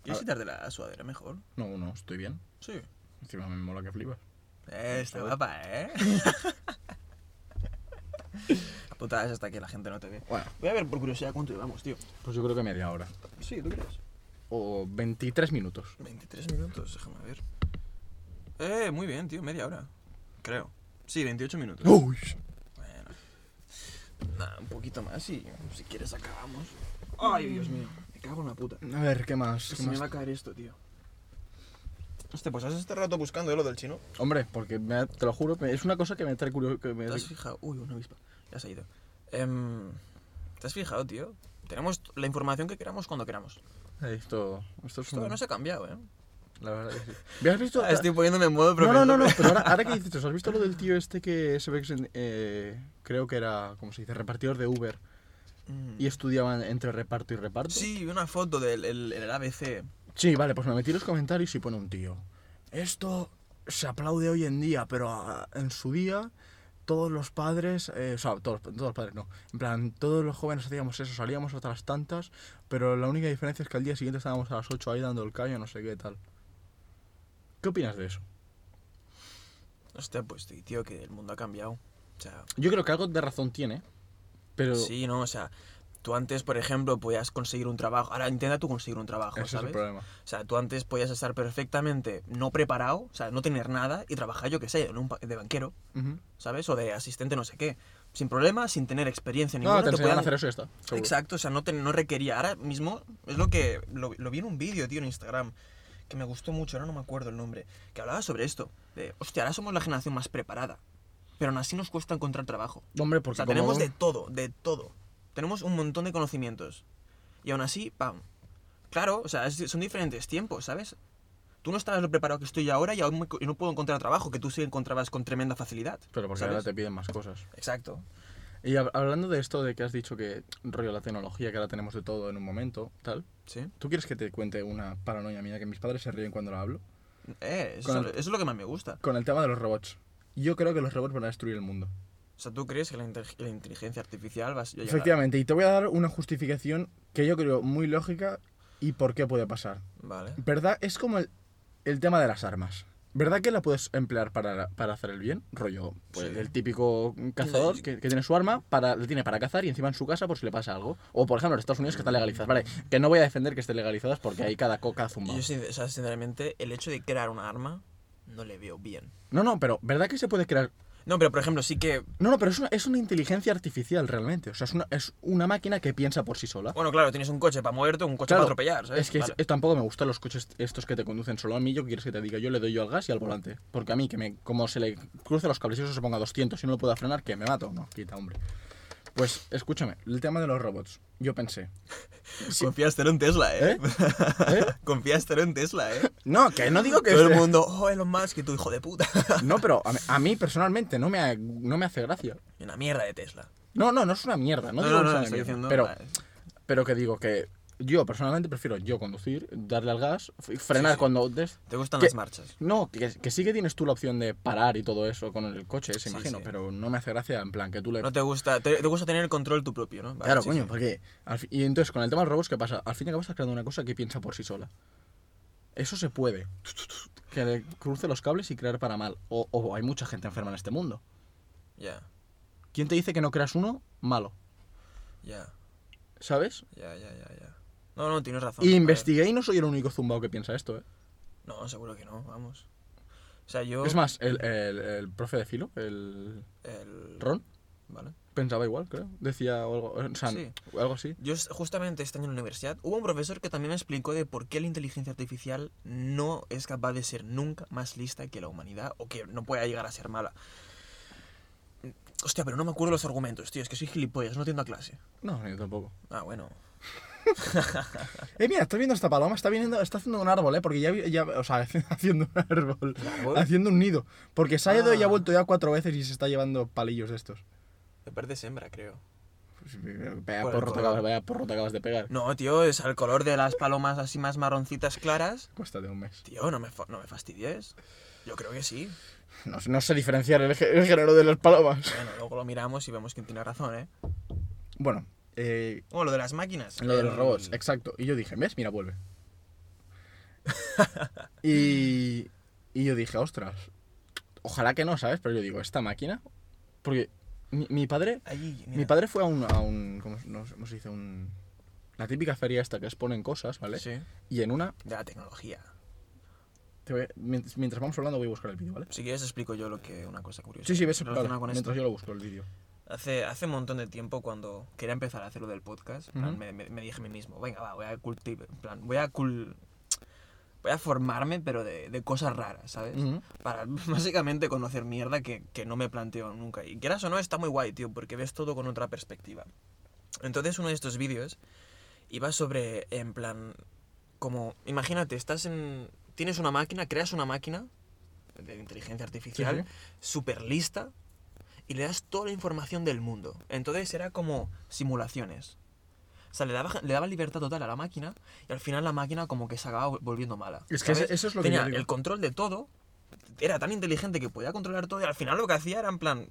Speaker 2: ¿Quieres quitarte la sudadera mejor?
Speaker 1: No, no, estoy bien.
Speaker 2: Sí.
Speaker 1: Encima me mola que flipas.
Speaker 2: Eh, está guapa, ¿eh? la putada es hasta que la gente no te ve.
Speaker 1: Bueno,
Speaker 2: Voy a ver por curiosidad cuánto llevamos, tío.
Speaker 1: pues yo creo que media hora.
Speaker 2: Sí, ¿tú crees?
Speaker 1: O 23 minutos.
Speaker 2: 23 minutos, déjame ver. Eh, muy bien, tío, media hora. Creo. Sí, 28 minutos.
Speaker 1: ¡Uy!
Speaker 2: Bueno. Nah, un poquito más y si quieres acabamos. Ay, Dios mío, me cago en la puta.
Speaker 1: A ver, ¿qué más? ¿Qué
Speaker 2: Se Pues me
Speaker 1: más?
Speaker 2: va a caer esto, tío. Hostia, pues has este rato buscando ¿eh, lo del chino.
Speaker 1: Hombre, porque me- te lo juro, me- es una cosa que me trae curioso. Que me...
Speaker 2: ¿Te has fijado? Uy, una avispa. Ya se ha ido. Em, ¿Te has fijado, tío? Tenemos la información que queramos cuando queramos.
Speaker 1: Esto, esto es
Speaker 2: Esto
Speaker 1: un-
Speaker 2: no se ha cambiado, ¿eh?
Speaker 1: La verdad que sí. ¿Me has visto?
Speaker 2: Ah, Estoy poniéndome en modo
Speaker 1: No, no,
Speaker 2: profesor.
Speaker 1: no, no, pero ahora, ahora que dices eso, ¿has visto lo del tío este que se ve que se- eh, creo que era, ¿cómo se dice? Repartidor de Uber
Speaker 2: Mm.
Speaker 1: y estudiaban entre reparto y reparto.
Speaker 2: Sí, vi una foto del el- el ABC.
Speaker 1: Sí, vale, pues me metí en los comentarios y pone un tío. Esto se aplaude hoy en día, pero ah, en su día todos los padres, eh, o sea, todos, todos los padres no, en plan, todos los jóvenes hacíamos eso, salíamos hasta las tantas, pero la única diferencia es que al día siguiente estábamos a las 8 ahí dando el callo, no sé qué tal. ¿Qué opinas de eso?
Speaker 2: Hostia, pues sí, tío, que el mundo ha cambiado. O sea,
Speaker 1: Yo creo que algo de razón tiene, pero...
Speaker 2: sí, no, o sea, Tú antes, por ejemplo, podías conseguir un trabajo. Ahora intenta tú conseguir un trabajo,
Speaker 1: Ese es el
Speaker 2: ¿sabes?
Speaker 1: problema.
Speaker 2: O sea, tú antes podías estar perfectamente no preparado, o sea, no tener nada y trabajar, yo qué sé, en un pa- de banquero,
Speaker 1: Ujú.
Speaker 2: ¿sabes? O de asistente no sé qué. Sin problema, sin tener experiencia ninguna.
Speaker 1: No, te enseñan
Speaker 2: podían-
Speaker 1: a hacer eso y ya está. seguro.
Speaker 2: Exacto, o sea, no, te- no requería. Ahora mismo es lo que lo, lo vi en un vídeo, tío, en Instagram, que me gustó mucho, ahora no me acuerdo el nombre, que hablaba sobre esto. De, hostia, ahora somos la generación más preparada, pero aún así nos cuesta encontrar trabajo.
Speaker 1: Hombre,
Speaker 2: O
Speaker 1: porque
Speaker 2: sea,
Speaker 1: como-
Speaker 2: tenemos de todo, de todo. Tenemos un montón de conocimientos. Y aún así, pam. Claro, o sea, es- son diferentes tiempos, ¿sabes? Tú no estarás lo preparado que estoy ahora y aún me co- y no puedo encontrar trabajo que tú sí encontrabas con tremenda facilidad.
Speaker 1: Pero porque
Speaker 2: ¿sabes?
Speaker 1: ahora te piden más cosas.
Speaker 2: Exacto.
Speaker 1: Y hab- hablando de esto de que has dicho que rollo la tecnología, que ahora tenemos de todo en un momento, tal.
Speaker 2: Sí.
Speaker 1: ¿Tú quieres que te cuente una paranoia mía que mis padres se ríen cuando la hablo?
Speaker 2: Eh, eso,
Speaker 1: Con-
Speaker 2: eso es lo que más me gusta.
Speaker 1: Con el tema de los robots. Yo creo que los robots van a destruir el mundo.
Speaker 2: O sea, ¿tú crees que la, inte- la inteligencia artificial va a llegar a-
Speaker 1: Efectivamente, y te voy a dar una justificación que yo creo muy lógica y por qué puede pasar.
Speaker 2: Vale.
Speaker 1: ¿Verdad? Es como el, el tema de las armas. ¿Verdad que la puedes emplear para, para hacer el bien? Rollo, pues
Speaker 2: Sí.
Speaker 1: el típico cazador
Speaker 2: Sí.
Speaker 1: que, que tiene su arma, para, la tiene para cazar y encima en su casa por si le pasa algo. O por ejemplo en Estados Unidos que están legalizadas. Vale, que no voy a defender que estén legalizadas porque ahí cada coca zumba.
Speaker 2: Yo, sin- o sea, sinceramente, el hecho de crear un arma no le veo bien.
Speaker 1: No, no, pero ¿verdad que se puede crear?
Speaker 2: No, pero por ejemplo, sí que.
Speaker 1: No, no, pero es una, es una inteligencia artificial realmente. O sea, es una, es una máquina que piensa por sí sola.
Speaker 2: Bueno, claro, tienes un coche para moverte, un coche
Speaker 1: Claro,
Speaker 2: para atropellar, ¿sabes?
Speaker 1: Es que es-
Speaker 2: Vale.
Speaker 1: eh, tampoco me gustan los coches estos que te conducen solo a mí. Yo que quieres que te diga, yo le doy yo al gas y al volante. Porque a mí, que me, como se le cruce los cables y eso se ponga 200 y no lo pueda frenar, que me mato. No, quita, hombre. Pues escúchame, el tema de los robots. Yo pensé. sí.
Speaker 2: Confiaste en un Tesla, ¿eh?
Speaker 1: ¿Eh? ¿Eh?
Speaker 2: Confiaste en un Tesla, ¿eh?
Speaker 1: No, que no digo que.
Speaker 2: Todo el
Speaker 1: esté-
Speaker 2: mundo, oh, Elon Musk, y tu hijo de puta.
Speaker 1: No, pero a, mí- a mí personalmente no me, ha- no me hace gracia.
Speaker 2: Una mierda de Tesla.
Speaker 1: No, no, no es una mierda. No, digo que sea una
Speaker 2: estoy
Speaker 1: mierda,
Speaker 2: diciendo.
Speaker 1: pero,
Speaker 2: vale.
Speaker 1: pero que digo que yo personalmente prefiero yo conducir, darle al gas, f- frenar
Speaker 2: sí.
Speaker 1: cuando des,
Speaker 2: Te gustan
Speaker 1: que-
Speaker 2: las marchas.
Speaker 1: No, que, que sí que tienes tú la opción de parar y todo eso con el coche, se
Speaker 2: Sí,
Speaker 1: imagino,
Speaker 2: sí.
Speaker 1: pero no me hace gracia en plan que tú le...
Speaker 2: No te gusta. Te, te gusta tener el control tú propio, ¿no? Vale,
Speaker 1: claro,
Speaker 2: sí,
Speaker 1: coño,
Speaker 2: sí.
Speaker 1: porque... al fi- Y entonces con el tema de los robots, ¿qué pasa? Al fin y al cabo estás creando una cosa que piensa por sí sola. Eso se puede. Que le cruce los cables y crear para mal. O, o hay mucha gente enferma en este mundo.
Speaker 2: Ya,
Speaker 1: ¿Quién te dice que no creas uno? Malo.
Speaker 2: ya,
Speaker 1: ¿Sabes?
Speaker 2: ya, ya, ya, ya. No, no, tienes razón.
Speaker 1: Y
Speaker 2: vale.
Speaker 1: investigué y no soy el único zumbao que piensa esto, ¿eh?
Speaker 2: No, seguro que no, vamos. O sea, yo.
Speaker 1: Es más, el, el- el profe de filo, el
Speaker 2: El...
Speaker 1: Ron,
Speaker 2: Vale.
Speaker 1: pensaba igual, creo. Decía algo, o sea,
Speaker 2: Sí.
Speaker 1: algo así.
Speaker 2: Yo es- justamente este año en la universidad hubo un profesor que también me explicó de por qué la inteligencia artificial no es capaz de ser nunca más lista que la humanidad o que no pueda llegar a ser mala. Hostia, pero no me acuerdo los argumentos, tío. Es que soy gilipollas, no atiendo a clase.
Speaker 1: No, yo tampoco.
Speaker 2: Ah, bueno.
Speaker 1: Eh, mira, estoy viendo esta paloma, está viniendo, está haciendo un árbol, eh, porque ya, vi- ya o sea, haciendo un árbol,
Speaker 2: árbol?
Speaker 1: haciendo un nido, porque se ha ido y
Speaker 2: Ah.
Speaker 1: ha vuelto ya cuatro veces y se está llevando palillos de estos.
Speaker 2: Me perdes hembra, creo.
Speaker 1: Pues, Vaya
Speaker 2: Por
Speaker 1: porro,
Speaker 2: el
Speaker 1: te
Speaker 2: color.
Speaker 1: acabas, vaya porro te acabas de pegar.
Speaker 2: No, tío, es al color de las palomas así más marroncitas claras.
Speaker 1: Cuéstate un mes.
Speaker 2: Tío, no me, fa- no me fastidies. Yo creo que sí.
Speaker 1: No, sé- no sé diferenciar el, gé- el género de las palomas.
Speaker 2: Bueno, luego lo miramos y vemos quién tiene razón, ¿eh?
Speaker 1: Bueno, eh,
Speaker 2: Bueno, Oh, lo de las máquinas.
Speaker 1: lo de los
Speaker 2: El-
Speaker 1: robots, exacto. Y yo dije, ¿ves? Mira, vuelve. y, y yo dije, ostras, ojalá que no, ¿sabes? Pero yo digo, ¿esta máquina? Porque mi- mi padre
Speaker 2: Allí, mira.
Speaker 1: Mi padre fue a un, a un ¿cómo, se- no sé cómo se dice? Un, la típica feria esta que exponen cosas, ¿vale?
Speaker 2: Sí.
Speaker 1: Y en una,
Speaker 2: De la tecnología.
Speaker 1: te voy- mient- mientras vamos hablando voy a buscar el vídeo, ¿vale?
Speaker 2: Si quieres explico yo lo que una cosa curiosa.
Speaker 1: Sí, sí, ves, vale,
Speaker 2: relacionada con esto.
Speaker 1: mientras yo lo busco el vídeo.
Speaker 2: Hace, hace un montón de tiempo cuando quería empezar a hacer lo del podcast, en plan,
Speaker 1: Ujú.
Speaker 2: me, me- me dije a mí mismo, venga, va, voy a cultivar, plan, voy a cul- voy a formarme pero de, de cosas raras, ¿sabes?
Speaker 1: Ujú.
Speaker 2: Para básicamente conocer mierda que, que no me planteo nunca. Y quieras o no, está muy guay, tío, porque ves todo con otra perspectiva. Entonces uno de estos vídeos iba sobre, en plan, como, imagínate, estás en... Tienes una máquina, creas una máquina de inteligencia artificial,
Speaker 1: sí.
Speaker 2: súper lista, y le das toda la información del mundo. Entonces era como simulaciones. O sea, le daba, le daba libertad total a la máquina y al final la máquina como que se acababa volviendo mala.
Speaker 1: Es que ese-
Speaker 2: ¿sabes?
Speaker 1: eso es lo que
Speaker 2: Tenía
Speaker 1: yo digo.
Speaker 2: el control de todo, era tan inteligente que podía controlar todo y al final lo que hacía era en plan,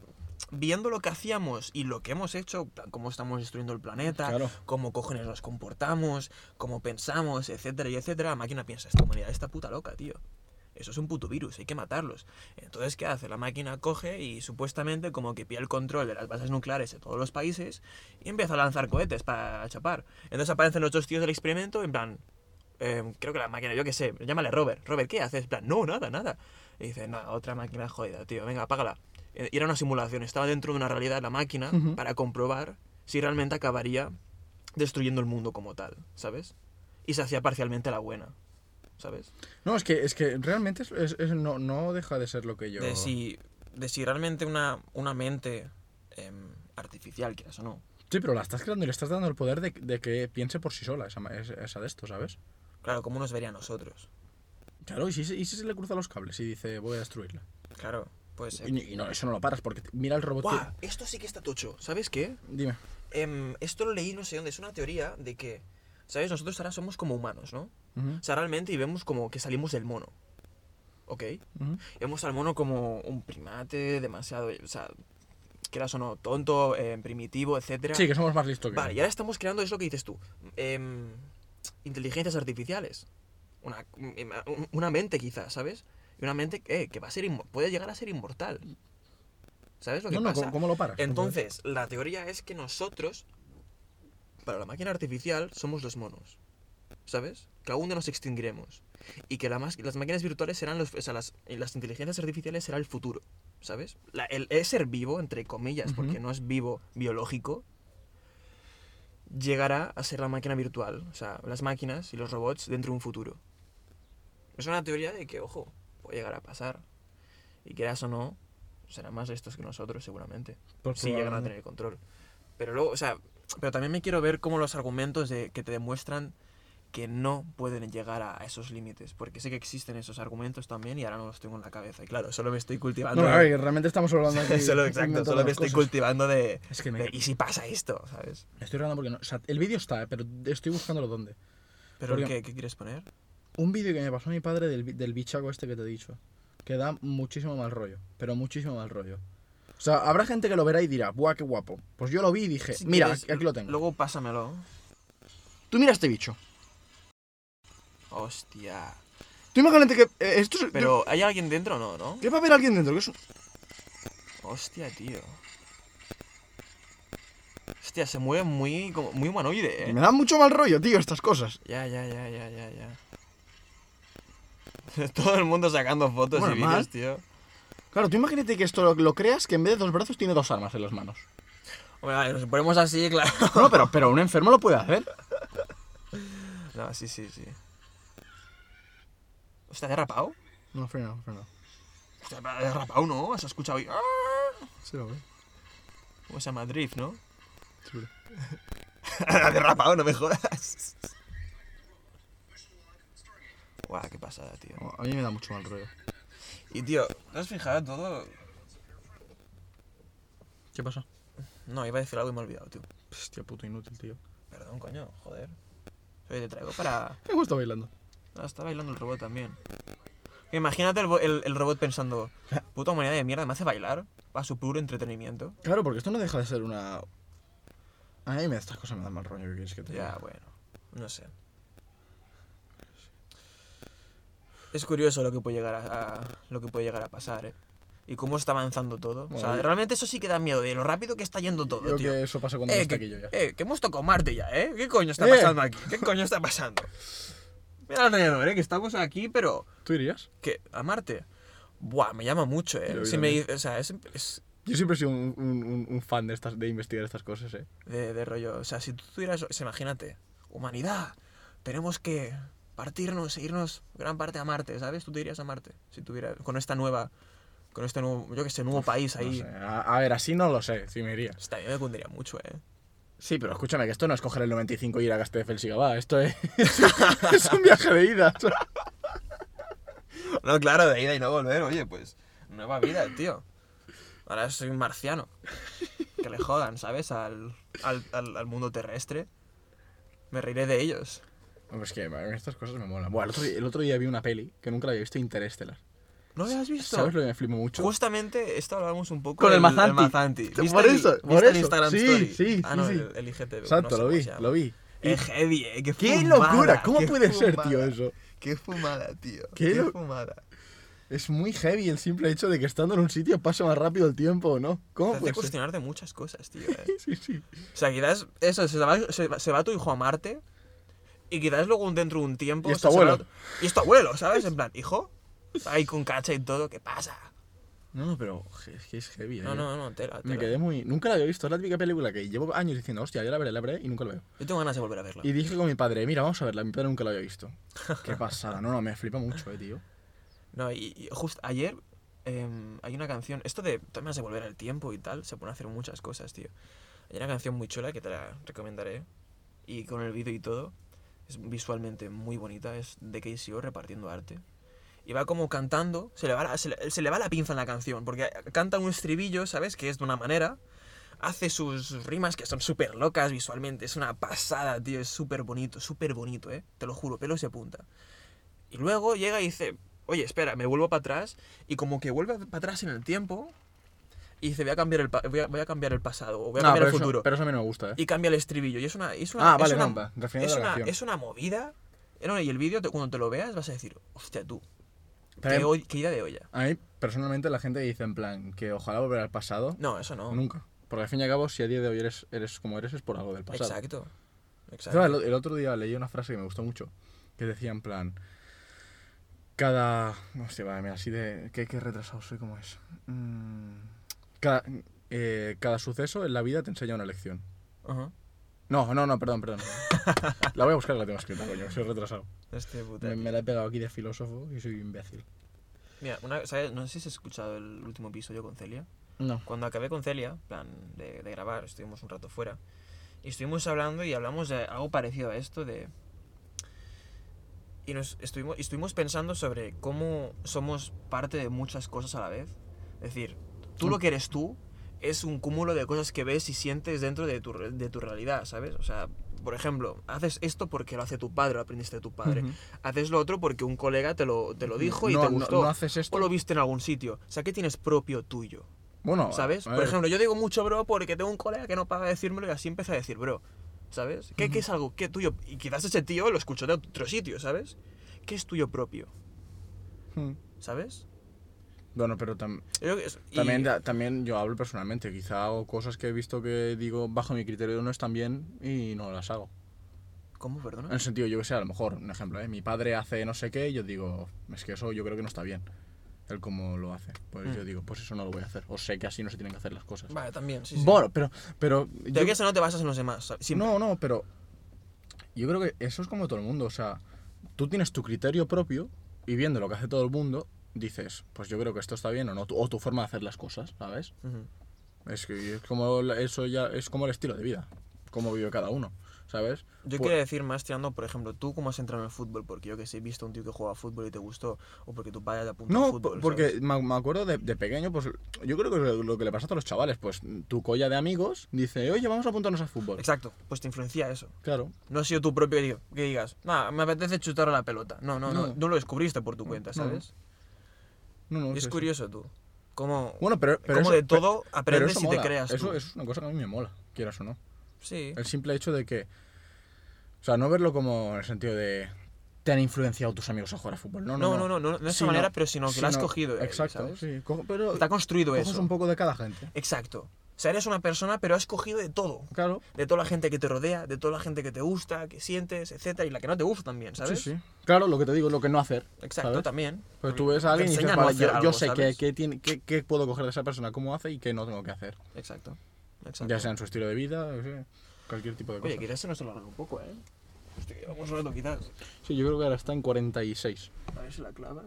Speaker 2: viendo lo que hacíamos y lo que hemos hecho, en plan, cómo estamos destruyendo el planeta,
Speaker 1: Claro.
Speaker 2: cómo cojones nos comportamos, cómo pensamos, etcétera y etcétera, la máquina piensa, esta humanidad está puta loca, tío. Eso es un puto virus, hay que matarlos. Entonces, ¿qué hace? La máquina coge y supuestamente como que pilla el control de las bases nucleares de todos los países y empieza a lanzar cohetes para chapar. Entonces aparecen los dos tíos del experimento en plan, eh, creo que la máquina, yo qué sé, llámale Robert. Robert, ¿qué haces? En plan, no, nada, nada. Y dice, nada, otra máquina jodida, tío, venga, apágala. Eh, Y era una simulación, estaba dentro de una realidad la máquina
Speaker 1: Ujú.
Speaker 2: para comprobar si realmente acabaría destruyendo el mundo como tal, ¿sabes? Y se hacía parcialmente la buena, ¿sabes?
Speaker 1: No, es que, es que realmente es- es- es- no, no deja de ser lo que yo.
Speaker 2: De, si, de si realmente una, una mente em, artificial, quieras o no.
Speaker 1: Sí, pero la estás creando y le estás dando el poder de, de que piense por sí sola esa, ma- es- esa de esto, ¿sabes?
Speaker 2: Claro, ¿cómo nos vería a nosotros?
Speaker 1: Claro, y si, se- y si se le cruza los cables y dice, voy a destruirla.
Speaker 2: Claro, pues...
Speaker 1: Y, y no, eso no lo paras porque te- mira el robot. que-
Speaker 2: Esto sí que está tocho, ¿sabes qué?
Speaker 1: Dime.
Speaker 2: Em, esto lo leí no sé dónde, es una teoría de que, ¿sabes? Nosotros ahora somos como humanos, ¿no?
Speaker 1: Ujú,
Speaker 2: O sea, realmente y vemos como que salimos del mono, ¿ok?
Speaker 1: ujú.
Speaker 2: Vemos al mono como un primate demasiado, o sea, quieras o no, tonto, em, primitivo, etcétera.
Speaker 1: Sí, que somos más listos que.
Speaker 2: Vale, y ahora estamos creando, es lo que dices tú, em, inteligencias artificiales. Una, un- una mente quizás, ¿sabes? Y una mente eh, que va a ser inmo- puede llegar a ser inmortal. ¿Sabes lo que
Speaker 1: no, no,
Speaker 2: pasa?
Speaker 1: ¿cómo, cómo lo paras?
Speaker 2: Entonces, la teoría es que nosotros, para la máquina artificial, somos los monos. ¿Sabes? Que algún día nos extinguiremos. Y que la mas- las máquinas virtuales serán los. O sea, las, y las inteligencias artificiales será el futuro. ¿Sabes? La- el, el ser vivo, entre comillas,
Speaker 1: Ujú.
Speaker 2: porque no es vivo biológico, llegará a ser la máquina virtual. O sea, las máquinas y los robots dentro de un futuro. Es una teoría de que, ojo, puede llegar a pasar. Y quieras o no, serán más estos que nosotros, seguramente
Speaker 1: Pues
Speaker 2: si llegan a
Speaker 1: probablemente.
Speaker 2: tener control. Pero luego, o sea, pero también me quiero ver como los argumentos de, que te demuestran que no pueden llegar a esos límites, porque sé que existen esos argumentos también y ahora no los tengo en la cabeza. Y claro, solo me estoy cultivando.
Speaker 1: No, a ver, realmente estamos hablando aquí.
Speaker 2: solo,
Speaker 1: inventando
Speaker 2: exacto, solo me estoy
Speaker 1: cosas.
Speaker 2: cultivando de,
Speaker 1: Es que me-
Speaker 2: de, ¿Y si pasa esto? ¿Sabes?
Speaker 1: Estoy hablando porque no. O sea, el vídeo está, eh, pero estoy buscándolo dónde.
Speaker 2: ¿Pero
Speaker 1: Porque-
Speaker 2: ¿qué, qué quieres poner?
Speaker 1: Un vídeo que me pasó mi padre del, bi- del bichaco este que te he dicho. Que da muchísimo mal rollo. Pero muchísimo mal rollo. O sea, habrá gente que lo verá y dirá, ¡buah, qué guapo! Pues yo lo vi y dije,
Speaker 2: Si
Speaker 1: mira,
Speaker 2: quieres,
Speaker 1: aquí, aquí lo tengo.
Speaker 2: Luego pásamelo.
Speaker 1: Tú mira este bicho.
Speaker 2: Hostia.
Speaker 1: Tú imagínate que. eh, esto es.
Speaker 2: Pero, ¿hay alguien dentro o no, no?
Speaker 1: ¿Qué va a haber alguien dentro? Que es un-
Speaker 2: Hostia, tío. Hostia, se mueve muy, como, muy humanoide, eh.
Speaker 1: Me da mucho mal rollo, tío, estas cosas.
Speaker 2: Ya, ya, ya, ya, ya, ya. Todo el mundo sacando fotos
Speaker 1: Bueno,
Speaker 2: y
Speaker 1: mal.
Speaker 2: vídeos, tío.
Speaker 1: Claro, tú imagínate que esto lo, lo creas que en vez de dos brazos tiene dos armas en las manos.
Speaker 2: Hombre, vale, nos ponemos así, claro.
Speaker 1: No, pero, pero un enfermo lo puede hacer.
Speaker 2: No, sí, sí, sí. ¿Está derrapado?
Speaker 1: No, frena, frena.
Speaker 2: Hostia, pero derrapado no, has escuchado ahí. ¡Ah!
Speaker 1: Sí, lo ve.
Speaker 2: ¿Cómo se llama? Drift, ¿no?
Speaker 1: Seguro.
Speaker 2: derrapado, no me jodas. Guau, qué pasada, tío.
Speaker 1: A mí me da mucho mal rollo.
Speaker 2: Y tío, ¿te has fijado todo?
Speaker 1: ¿Qué pasa?
Speaker 2: No, iba a decir algo y me he olvidado, tío.
Speaker 1: Hostia, puto inútil, tío.
Speaker 2: Perdón, coño, joder. Oye, te traigo para.
Speaker 1: Me gusta bailando.
Speaker 2: Ah, está bailando el robot también. Imagínate el, bo- el- el robot pensando, puta humanidad de mierda, me hace bailar a su puro entretenimiento.
Speaker 1: Claro, porque esto no deja de ser una. A mí me- estas cosas me dan mal rollo, ¿qué quieres que te diga?
Speaker 2: Ya, bueno, no sé. Es curioso lo que puede llegar a, a- lo que puede llegar a pasar, ¿eh? Y cómo está avanzando todo. o sea,
Speaker 1: Bueno, yo-
Speaker 2: realmente eso sí que da miedo, de lo rápido que está yendo todo,
Speaker 1: Creo
Speaker 2: tío.
Speaker 1: que eso pasa cuando
Speaker 2: Eh,
Speaker 1: no está
Speaker 2: que,
Speaker 1: aquí yo ya.
Speaker 2: eh, que hemos tocado Marte ya, ¿eh? ¿Qué coño está
Speaker 1: Eh.
Speaker 2: pasando aquí? ¿Qué coño está pasando? Mira alrededor, ¿eh? Que estamos aquí, pero...
Speaker 1: ¿Tú irías?
Speaker 2: ¿Qué? ¿A Marte? Buah, me llama mucho,
Speaker 1: Yo- yo
Speaker 2: ¿eh? Si me, dice- o sea, es, es
Speaker 1: Yo siempre he sido un, un- un- un fan de, estas, de investigar estas cosas, eh.
Speaker 2: de, de rollo. O sea, si tú tuvieras. o sea, imagínate, humanidad, tenemos que partirnos e irnos gran parte a Marte, ¿sabes? Tú te irías a Marte si tuvieras. Con esta nueva. Con este nuevo. Yo que sé, nuevo país
Speaker 1: No
Speaker 2: ahí.
Speaker 1: sé, A, a ver, así no lo sé, si me iría.
Speaker 2: Hostia, a mí me cundiría mucho, ¿eh?
Speaker 1: Sí, pero escúchame, que esto no es coger el 95 y ir a Castelldefels y Gabá, esto es, es un viaje de ida. o sea.
Speaker 2: No, claro, de ida y no volver, oye, pues. Nueva vida, tío. Ahora soy un marciano. Que le jodan, ¿sabes? Al, al, al, al mundo terrestre. Me reiré de ellos.
Speaker 1: Hombre, es pues que a mí estas cosas me molan. Bueno, el otro, día, el otro día vi una peli que nunca la había visto, Interestelar.
Speaker 2: ¿No lo has visto?
Speaker 1: ¿Sabes lo que me flipó mucho?
Speaker 2: Justamente esto hablamos un poco
Speaker 1: Con el
Speaker 2: del-
Speaker 1: Mazanti.
Speaker 2: del Mazanti.
Speaker 1: Por
Speaker 2: ¿Viste el-
Speaker 1: eso,
Speaker 2: viste
Speaker 1: por
Speaker 2: el
Speaker 1: eso.
Speaker 2: Instagram
Speaker 1: Sí,
Speaker 2: Story?
Speaker 1: sí,
Speaker 2: ah,
Speaker 1: sí,
Speaker 2: no,
Speaker 1: sí.
Speaker 2: el, el IGTV.
Speaker 1: Exacto,
Speaker 2: no sé
Speaker 1: lo
Speaker 2: cómo
Speaker 1: vi,
Speaker 2: se llama.
Speaker 1: lo vi.
Speaker 2: Es heavy, eh. Qué,
Speaker 1: ¡Qué
Speaker 2: fumada,
Speaker 1: locura! ¿Cómo
Speaker 2: qué
Speaker 1: puede ser,
Speaker 2: fumada.
Speaker 1: tío, eso?
Speaker 2: Qué fumada, tío.
Speaker 1: Qué
Speaker 2: Qué,
Speaker 1: lo-
Speaker 2: fumada.
Speaker 1: Es muy heavy el simple hecho de que estando en un sitio pasa más rápido el tiempo o no.
Speaker 2: Te
Speaker 1: ¿Cómo
Speaker 2: hace
Speaker 1: puede ser?
Speaker 2: cuestionarte muchas cosas, tío. eh.
Speaker 1: Sí, sí.
Speaker 2: O sea, quizás eso, se va, se va- se va tu hijo a Marte y quizás luego un- dentro de un tiempo...
Speaker 1: Y es tu
Speaker 2: o sea, se va-
Speaker 1: abuelo.
Speaker 2: y es tu abuelo, ¿sabes? En plan, hijo, ahí con cacha y todo, ¿qué pasa?
Speaker 1: No, no, pero je- es que es heavy.
Speaker 2: No,
Speaker 1: eh.
Speaker 2: no, no, tela,
Speaker 1: Me
Speaker 2: tela.
Speaker 1: quedé muy. Nunca la había visto. Es la típica película que llevo años diciendo, hostia, ya la veré, la veré y nunca la veo.
Speaker 2: Yo tengo ganas de volver a verla.
Speaker 1: Y dije con mi padre, mira, vamos a verla. Mi padre nunca la había visto. Qué pasada. No, no, me flipa mucho, eh, tío.
Speaker 2: No, y, y justo ayer em, hay una canción, esto de temas de volver al tiempo y tal, se pone a hacer muchas cosas, tío. Hay una canción muy chula que te la recomendaré y con el vídeo y todo, es visualmente muy bonita, es de KCO repartiendo arte. Y va como cantando, se le va, la, se, le, se le va la pinza en la canción, porque canta un estribillo, ¿sabes? Que es de una manera, hace sus, sus rimas que son súper locas visualmente, es una pasada, tío, es súper bonito, súper bonito, ¿eh? Te lo juro, pelos se apunta. Y luego llega y dice, oye, espera, me vuelvo para atrás. Y como que vuelve para atrás en el tiempo. Y dice, voy a cambiar el, pa- voy a, voy a cambiar el pasado o voy a
Speaker 1: No,
Speaker 2: cambiar
Speaker 1: pero
Speaker 2: el
Speaker 1: eso-
Speaker 2: futuro.
Speaker 1: pero eso a mí no me gusta, eh.
Speaker 2: Y cambia el estribillo. Y es una. Es una
Speaker 1: Ah,
Speaker 2: es
Speaker 1: vale,
Speaker 2: una-
Speaker 1: no, va, refinando
Speaker 2: es
Speaker 1: la
Speaker 2: una,
Speaker 1: canción.
Speaker 2: es una movida. eh, no, Y el vídeo, te- cuando te lo veas, vas a decir, hostia, tú.
Speaker 1: Pero a
Speaker 2: Qué,
Speaker 1: mí-
Speaker 2: hoy- qué idea de olla.
Speaker 1: a mí, personalmente, la gente dice en plan que ojalá volver al pasado.
Speaker 2: No, eso no.
Speaker 1: Nunca. Porque al fin y al cabo, si a día de hoy eres, eres como eres, es por algo del pasado.
Speaker 2: Exacto. Exacto.
Speaker 1: Estaba El, el otro día leí una frase que me gustó mucho, que decía en plan, cada... No sé, vale, mira, así de... Qué, qué retrasado soy, ¿cómo es? Mm, cada, eh, cada suceso en la vida te enseña una lección.
Speaker 2: Ajá.
Speaker 1: No, no, no, perdón, perdón. La voy a buscar, la tengo escrita, coño, soy retrasado.
Speaker 2: Este puta.
Speaker 1: Me, me la he pegado aquí de filósofo y soy imbécil.
Speaker 2: Mira, una, ¿sabes? no sé si has escuchado el último episodio con Celia.
Speaker 1: No.
Speaker 2: Cuando acabé con Celia, plan de, de grabar, estuvimos un rato fuera. Y estuvimos hablando y hablamos de algo parecido a esto de. Y nos estuvimos, estuvimos pensando sobre cómo somos parte de muchas cosas a la vez. Es decir, tú lo que eres tú es un cúmulo de cosas que ves y sientes dentro de tu, re- de tu realidad, ¿sabes? O sea, por ejemplo, haces esto porque lo hace tu padre, lo aprendiste de tu padre.
Speaker 1: Ujú.
Speaker 2: Haces lo otro porque un colega te lo, te lo dijo y
Speaker 1: No,
Speaker 2: te
Speaker 1: no-
Speaker 2: gustó.
Speaker 1: no haces esto.
Speaker 2: O lo viste en algún sitio. O sea, ¿qué tienes propio tuyo?
Speaker 1: Bueno,
Speaker 2: ¿Sabes?
Speaker 1: Ah, a
Speaker 2: Por
Speaker 1: ver,
Speaker 2: ejemplo, yo digo mucho bro porque tengo un colega que no paga decírmelo y así empecé a decir bro. ¿Sabes? ¿Qué, qué es algo que es tuyo? Y quizás ese tío lo escuchó de otro sitio, ¿sabes? ¿Qué es tuyo propio?
Speaker 1: mm,
Speaker 2: ¿Sabes?
Speaker 1: Bueno, pero tam-
Speaker 2: Yo creo que es- y-
Speaker 1: también, da- también yo hablo personalmente. Quizá hago cosas que he visto que digo bajo mi criterio no están bien y no las hago.
Speaker 2: ¿Cómo,
Speaker 1: En
Speaker 2: perdona?
Speaker 1: el sentido, yo que sé, a lo mejor, un ejemplo, ¿eh? mi padre hace no sé qué y yo digo, es que eso yo creo que no está bien. Él cómo lo hace. Pues
Speaker 2: Mm.
Speaker 1: yo digo, pues eso no lo voy a hacer. O sé que así no se tienen que hacer las cosas.
Speaker 2: Vale, también, sí, sí.
Speaker 1: Bueno, pero... pero
Speaker 2: Pero
Speaker 1: yo-
Speaker 2: que eso no te basas en los demás. ¿sabes? Siempre.
Speaker 1: no, no, pero yo creo que eso es como todo el mundo. O sea, tú tienes tu criterio propio y viendo lo que hace todo el mundo, dices, pues yo creo que esto está bien o no. O tu forma de hacer las cosas, ¿sabes?
Speaker 2: Ujú.
Speaker 1: Es que es como la- eso ya es como el estilo de vida, como vive cada uno, ¿sabes?
Speaker 2: Yo
Speaker 1: Pues-
Speaker 2: quería decir más tirando, por ejemplo, tú cómo has entrado en el fútbol, porque yo que sé, he visto a un tío que jugaba fútbol y te gustó, o porque tu padre te apuntó al
Speaker 1: no,
Speaker 2: fútbol.
Speaker 1: po- porque
Speaker 2: ¿sabes?
Speaker 1: me, me acuerdo de, de pequeño, pues yo creo que lo, lo que le pasa a todos los chavales, pues tu colla de amigos dice, oye, vamos a apuntarnos al fútbol.
Speaker 2: Exacto, pues te influencia eso.
Speaker 1: Claro.
Speaker 2: No ha sido tu propio que diga- que digas, nada, me apetece chutar a la pelota. No, no, no,
Speaker 1: No.
Speaker 2: no, lo descubriste por tu cuenta,
Speaker 1: no.
Speaker 2: ¿sabes?
Speaker 1: No, no,
Speaker 2: Y
Speaker 1: sí,
Speaker 2: es
Speaker 1: sí.
Speaker 2: curioso tú. Cómo,
Speaker 1: Bueno, pero, pero
Speaker 2: cómo
Speaker 1: eso-
Speaker 2: de
Speaker 1: pe-
Speaker 2: todo
Speaker 1: pero
Speaker 2: aprendes
Speaker 1: eso
Speaker 2: y te
Speaker 1: mola.
Speaker 2: creas
Speaker 1: Eso,
Speaker 2: tú.
Speaker 1: eso es una cosa que a mí me mola, quieras o no.
Speaker 2: Sí,
Speaker 1: El simple hecho de que. O sea, no verlo como en el sentido de. Te han influenciado tus amigos a jugar a fútbol. No, no,
Speaker 2: No,
Speaker 1: no.
Speaker 2: no, no, no de esa manera, pero sino que lo has cogido de ahí,
Speaker 1: Exacto,
Speaker 2: ¿sabes?
Speaker 1: sí. cojo- pero.
Speaker 2: está construido
Speaker 1: coges
Speaker 2: eso.
Speaker 1: un poco de cada gente.
Speaker 2: Exacto. O sea, eres una persona, pero has cogido de todo.
Speaker 1: Claro.
Speaker 2: De toda la gente que te rodea, de toda la gente que te gusta, que sientes, etcétera, y la que no te gusta también, ¿sabes?
Speaker 1: Sí, sí. Claro, lo que te digo, lo que no hacer.
Speaker 2: Exacto,
Speaker 1: ¿sabes?
Speaker 2: también.
Speaker 1: Pues tú ves a
Speaker 2: Te
Speaker 1: alguien y dices,
Speaker 2: enseña a no
Speaker 1: vale,
Speaker 2: hacer
Speaker 1: yo, yo
Speaker 2: algo,
Speaker 1: sé qué
Speaker 2: ¿sabes?
Speaker 1: qué tiene- qué- qué puedo coger de esa persona, cómo hace y qué no tengo que hacer.
Speaker 2: Exacto. Exacto.
Speaker 1: Ya sea en su estilo de vida, yo qué sé, cualquier tipo de cosa.
Speaker 2: Oye, quizás se nos alarga un poco, ¿eh? Hostia, llevamos un rato quizás.
Speaker 1: Sí, yo creo que ahora está en 46.
Speaker 2: A ver si la clavas.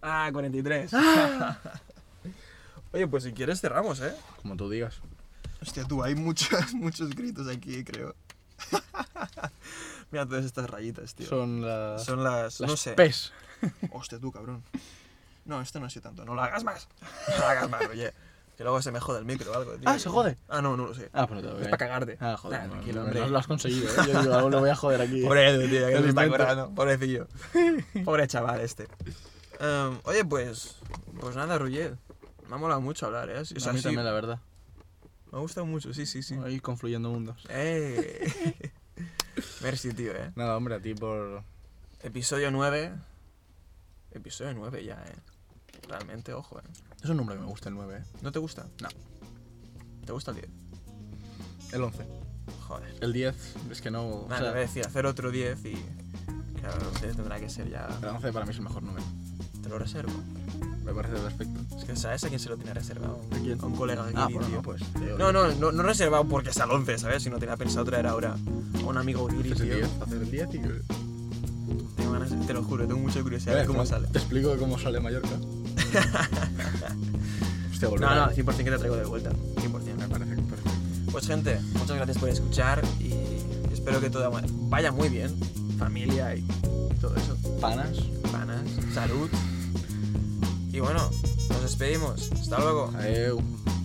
Speaker 2: Ah, 43.
Speaker 1: Ah.
Speaker 2: Oye, pues si quieres cerramos, ¿eh?
Speaker 1: Como tú digas.
Speaker 2: Hostia, tú, hay muchos, muchos gritos aquí, creo. Mira todas estas rayitas, tío.
Speaker 1: Son las.
Speaker 2: Son las,
Speaker 1: las
Speaker 2: no sé.
Speaker 1: pes.
Speaker 2: Hostia, tú, cabrón. No, esto no ha sido tanto. No la hagas más. No la hagas más, oye. Que luego se me jode el micro o algo, tío.
Speaker 1: Ah, ¿se jode?
Speaker 2: Ah, no, no lo sé.
Speaker 1: Ah, pero te lo
Speaker 2: es para cagarte.
Speaker 1: Ah, joder,
Speaker 2: Nah,
Speaker 1: no,
Speaker 2: tranquilo,
Speaker 1: no,
Speaker 2: hombre.
Speaker 1: no lo has conseguido, ¿eh? Yo digo, aún lo voy a joder aquí.
Speaker 2: Pobre Edu, tío, que
Speaker 1: El
Speaker 2: se está
Speaker 1: invento.
Speaker 2: currando. Pobrecillo. Pobre chaval este. Em, oye, pues. Pues nada, Ruggier. Me ha molado mucho hablar, ¿eh? O sea,
Speaker 1: a mí
Speaker 2: sí,
Speaker 1: también, la verdad.
Speaker 2: Me ha gustado mucho, sí, sí, sí.
Speaker 1: Ahí confluyendo mundos.
Speaker 2: ¡Eh! Merci, tío, ¿eh?
Speaker 1: Nada, hombre, a ti por...
Speaker 2: Episodio 9. Episodio 9 ya, ¿eh? realmente, ojo, ¿eh?
Speaker 1: Es un número que me gusta el 9, ¿eh?
Speaker 2: ¿No te gusta?
Speaker 1: No.
Speaker 2: ¿Te gusta el 10?
Speaker 1: El 11.
Speaker 2: Joder.
Speaker 1: El 10 es que no. o
Speaker 2: Nada,
Speaker 1: sea,
Speaker 2: te voy a decir, hacer otro 10 y. Claro, el 10 tendrá que ser ya.
Speaker 1: el 11 para mí es el mejor número.
Speaker 2: Te lo reservo.
Speaker 1: Me parece perfecto.
Speaker 2: Es que sabes a quién se lo tiene reservado.
Speaker 1: ¿A quién?
Speaker 2: A un colega de aquí,
Speaker 1: Ah, bueno,
Speaker 2: tío.
Speaker 1: no, pues. te digo,
Speaker 2: No, no, no, no reservado porque sea el 11, ¿sabes? Si no tenía pensado traer ahora a un amigo guiri,
Speaker 1: haces el
Speaker 2: tío.
Speaker 1: 10, haces el 10 y.
Speaker 2: Tengo ganas- te lo juro, tengo mucha curiosidad
Speaker 1: Mira,
Speaker 2: de cómo
Speaker 1: te-
Speaker 2: sale.
Speaker 1: Te explico cómo sale Mallorca. Hostia,
Speaker 2: No,
Speaker 1: volverá.
Speaker 2: no, 100% que te traigo de vuelta. 100%.
Speaker 1: Me parece perfecto.
Speaker 2: Pues gente, muchas gracias por escuchar y espero que todo vaya muy bien. Familia y todo eso.
Speaker 1: Panas.
Speaker 2: Panas, salud. Y bueno, nos despedimos. Hasta luego.
Speaker 1: Adeu.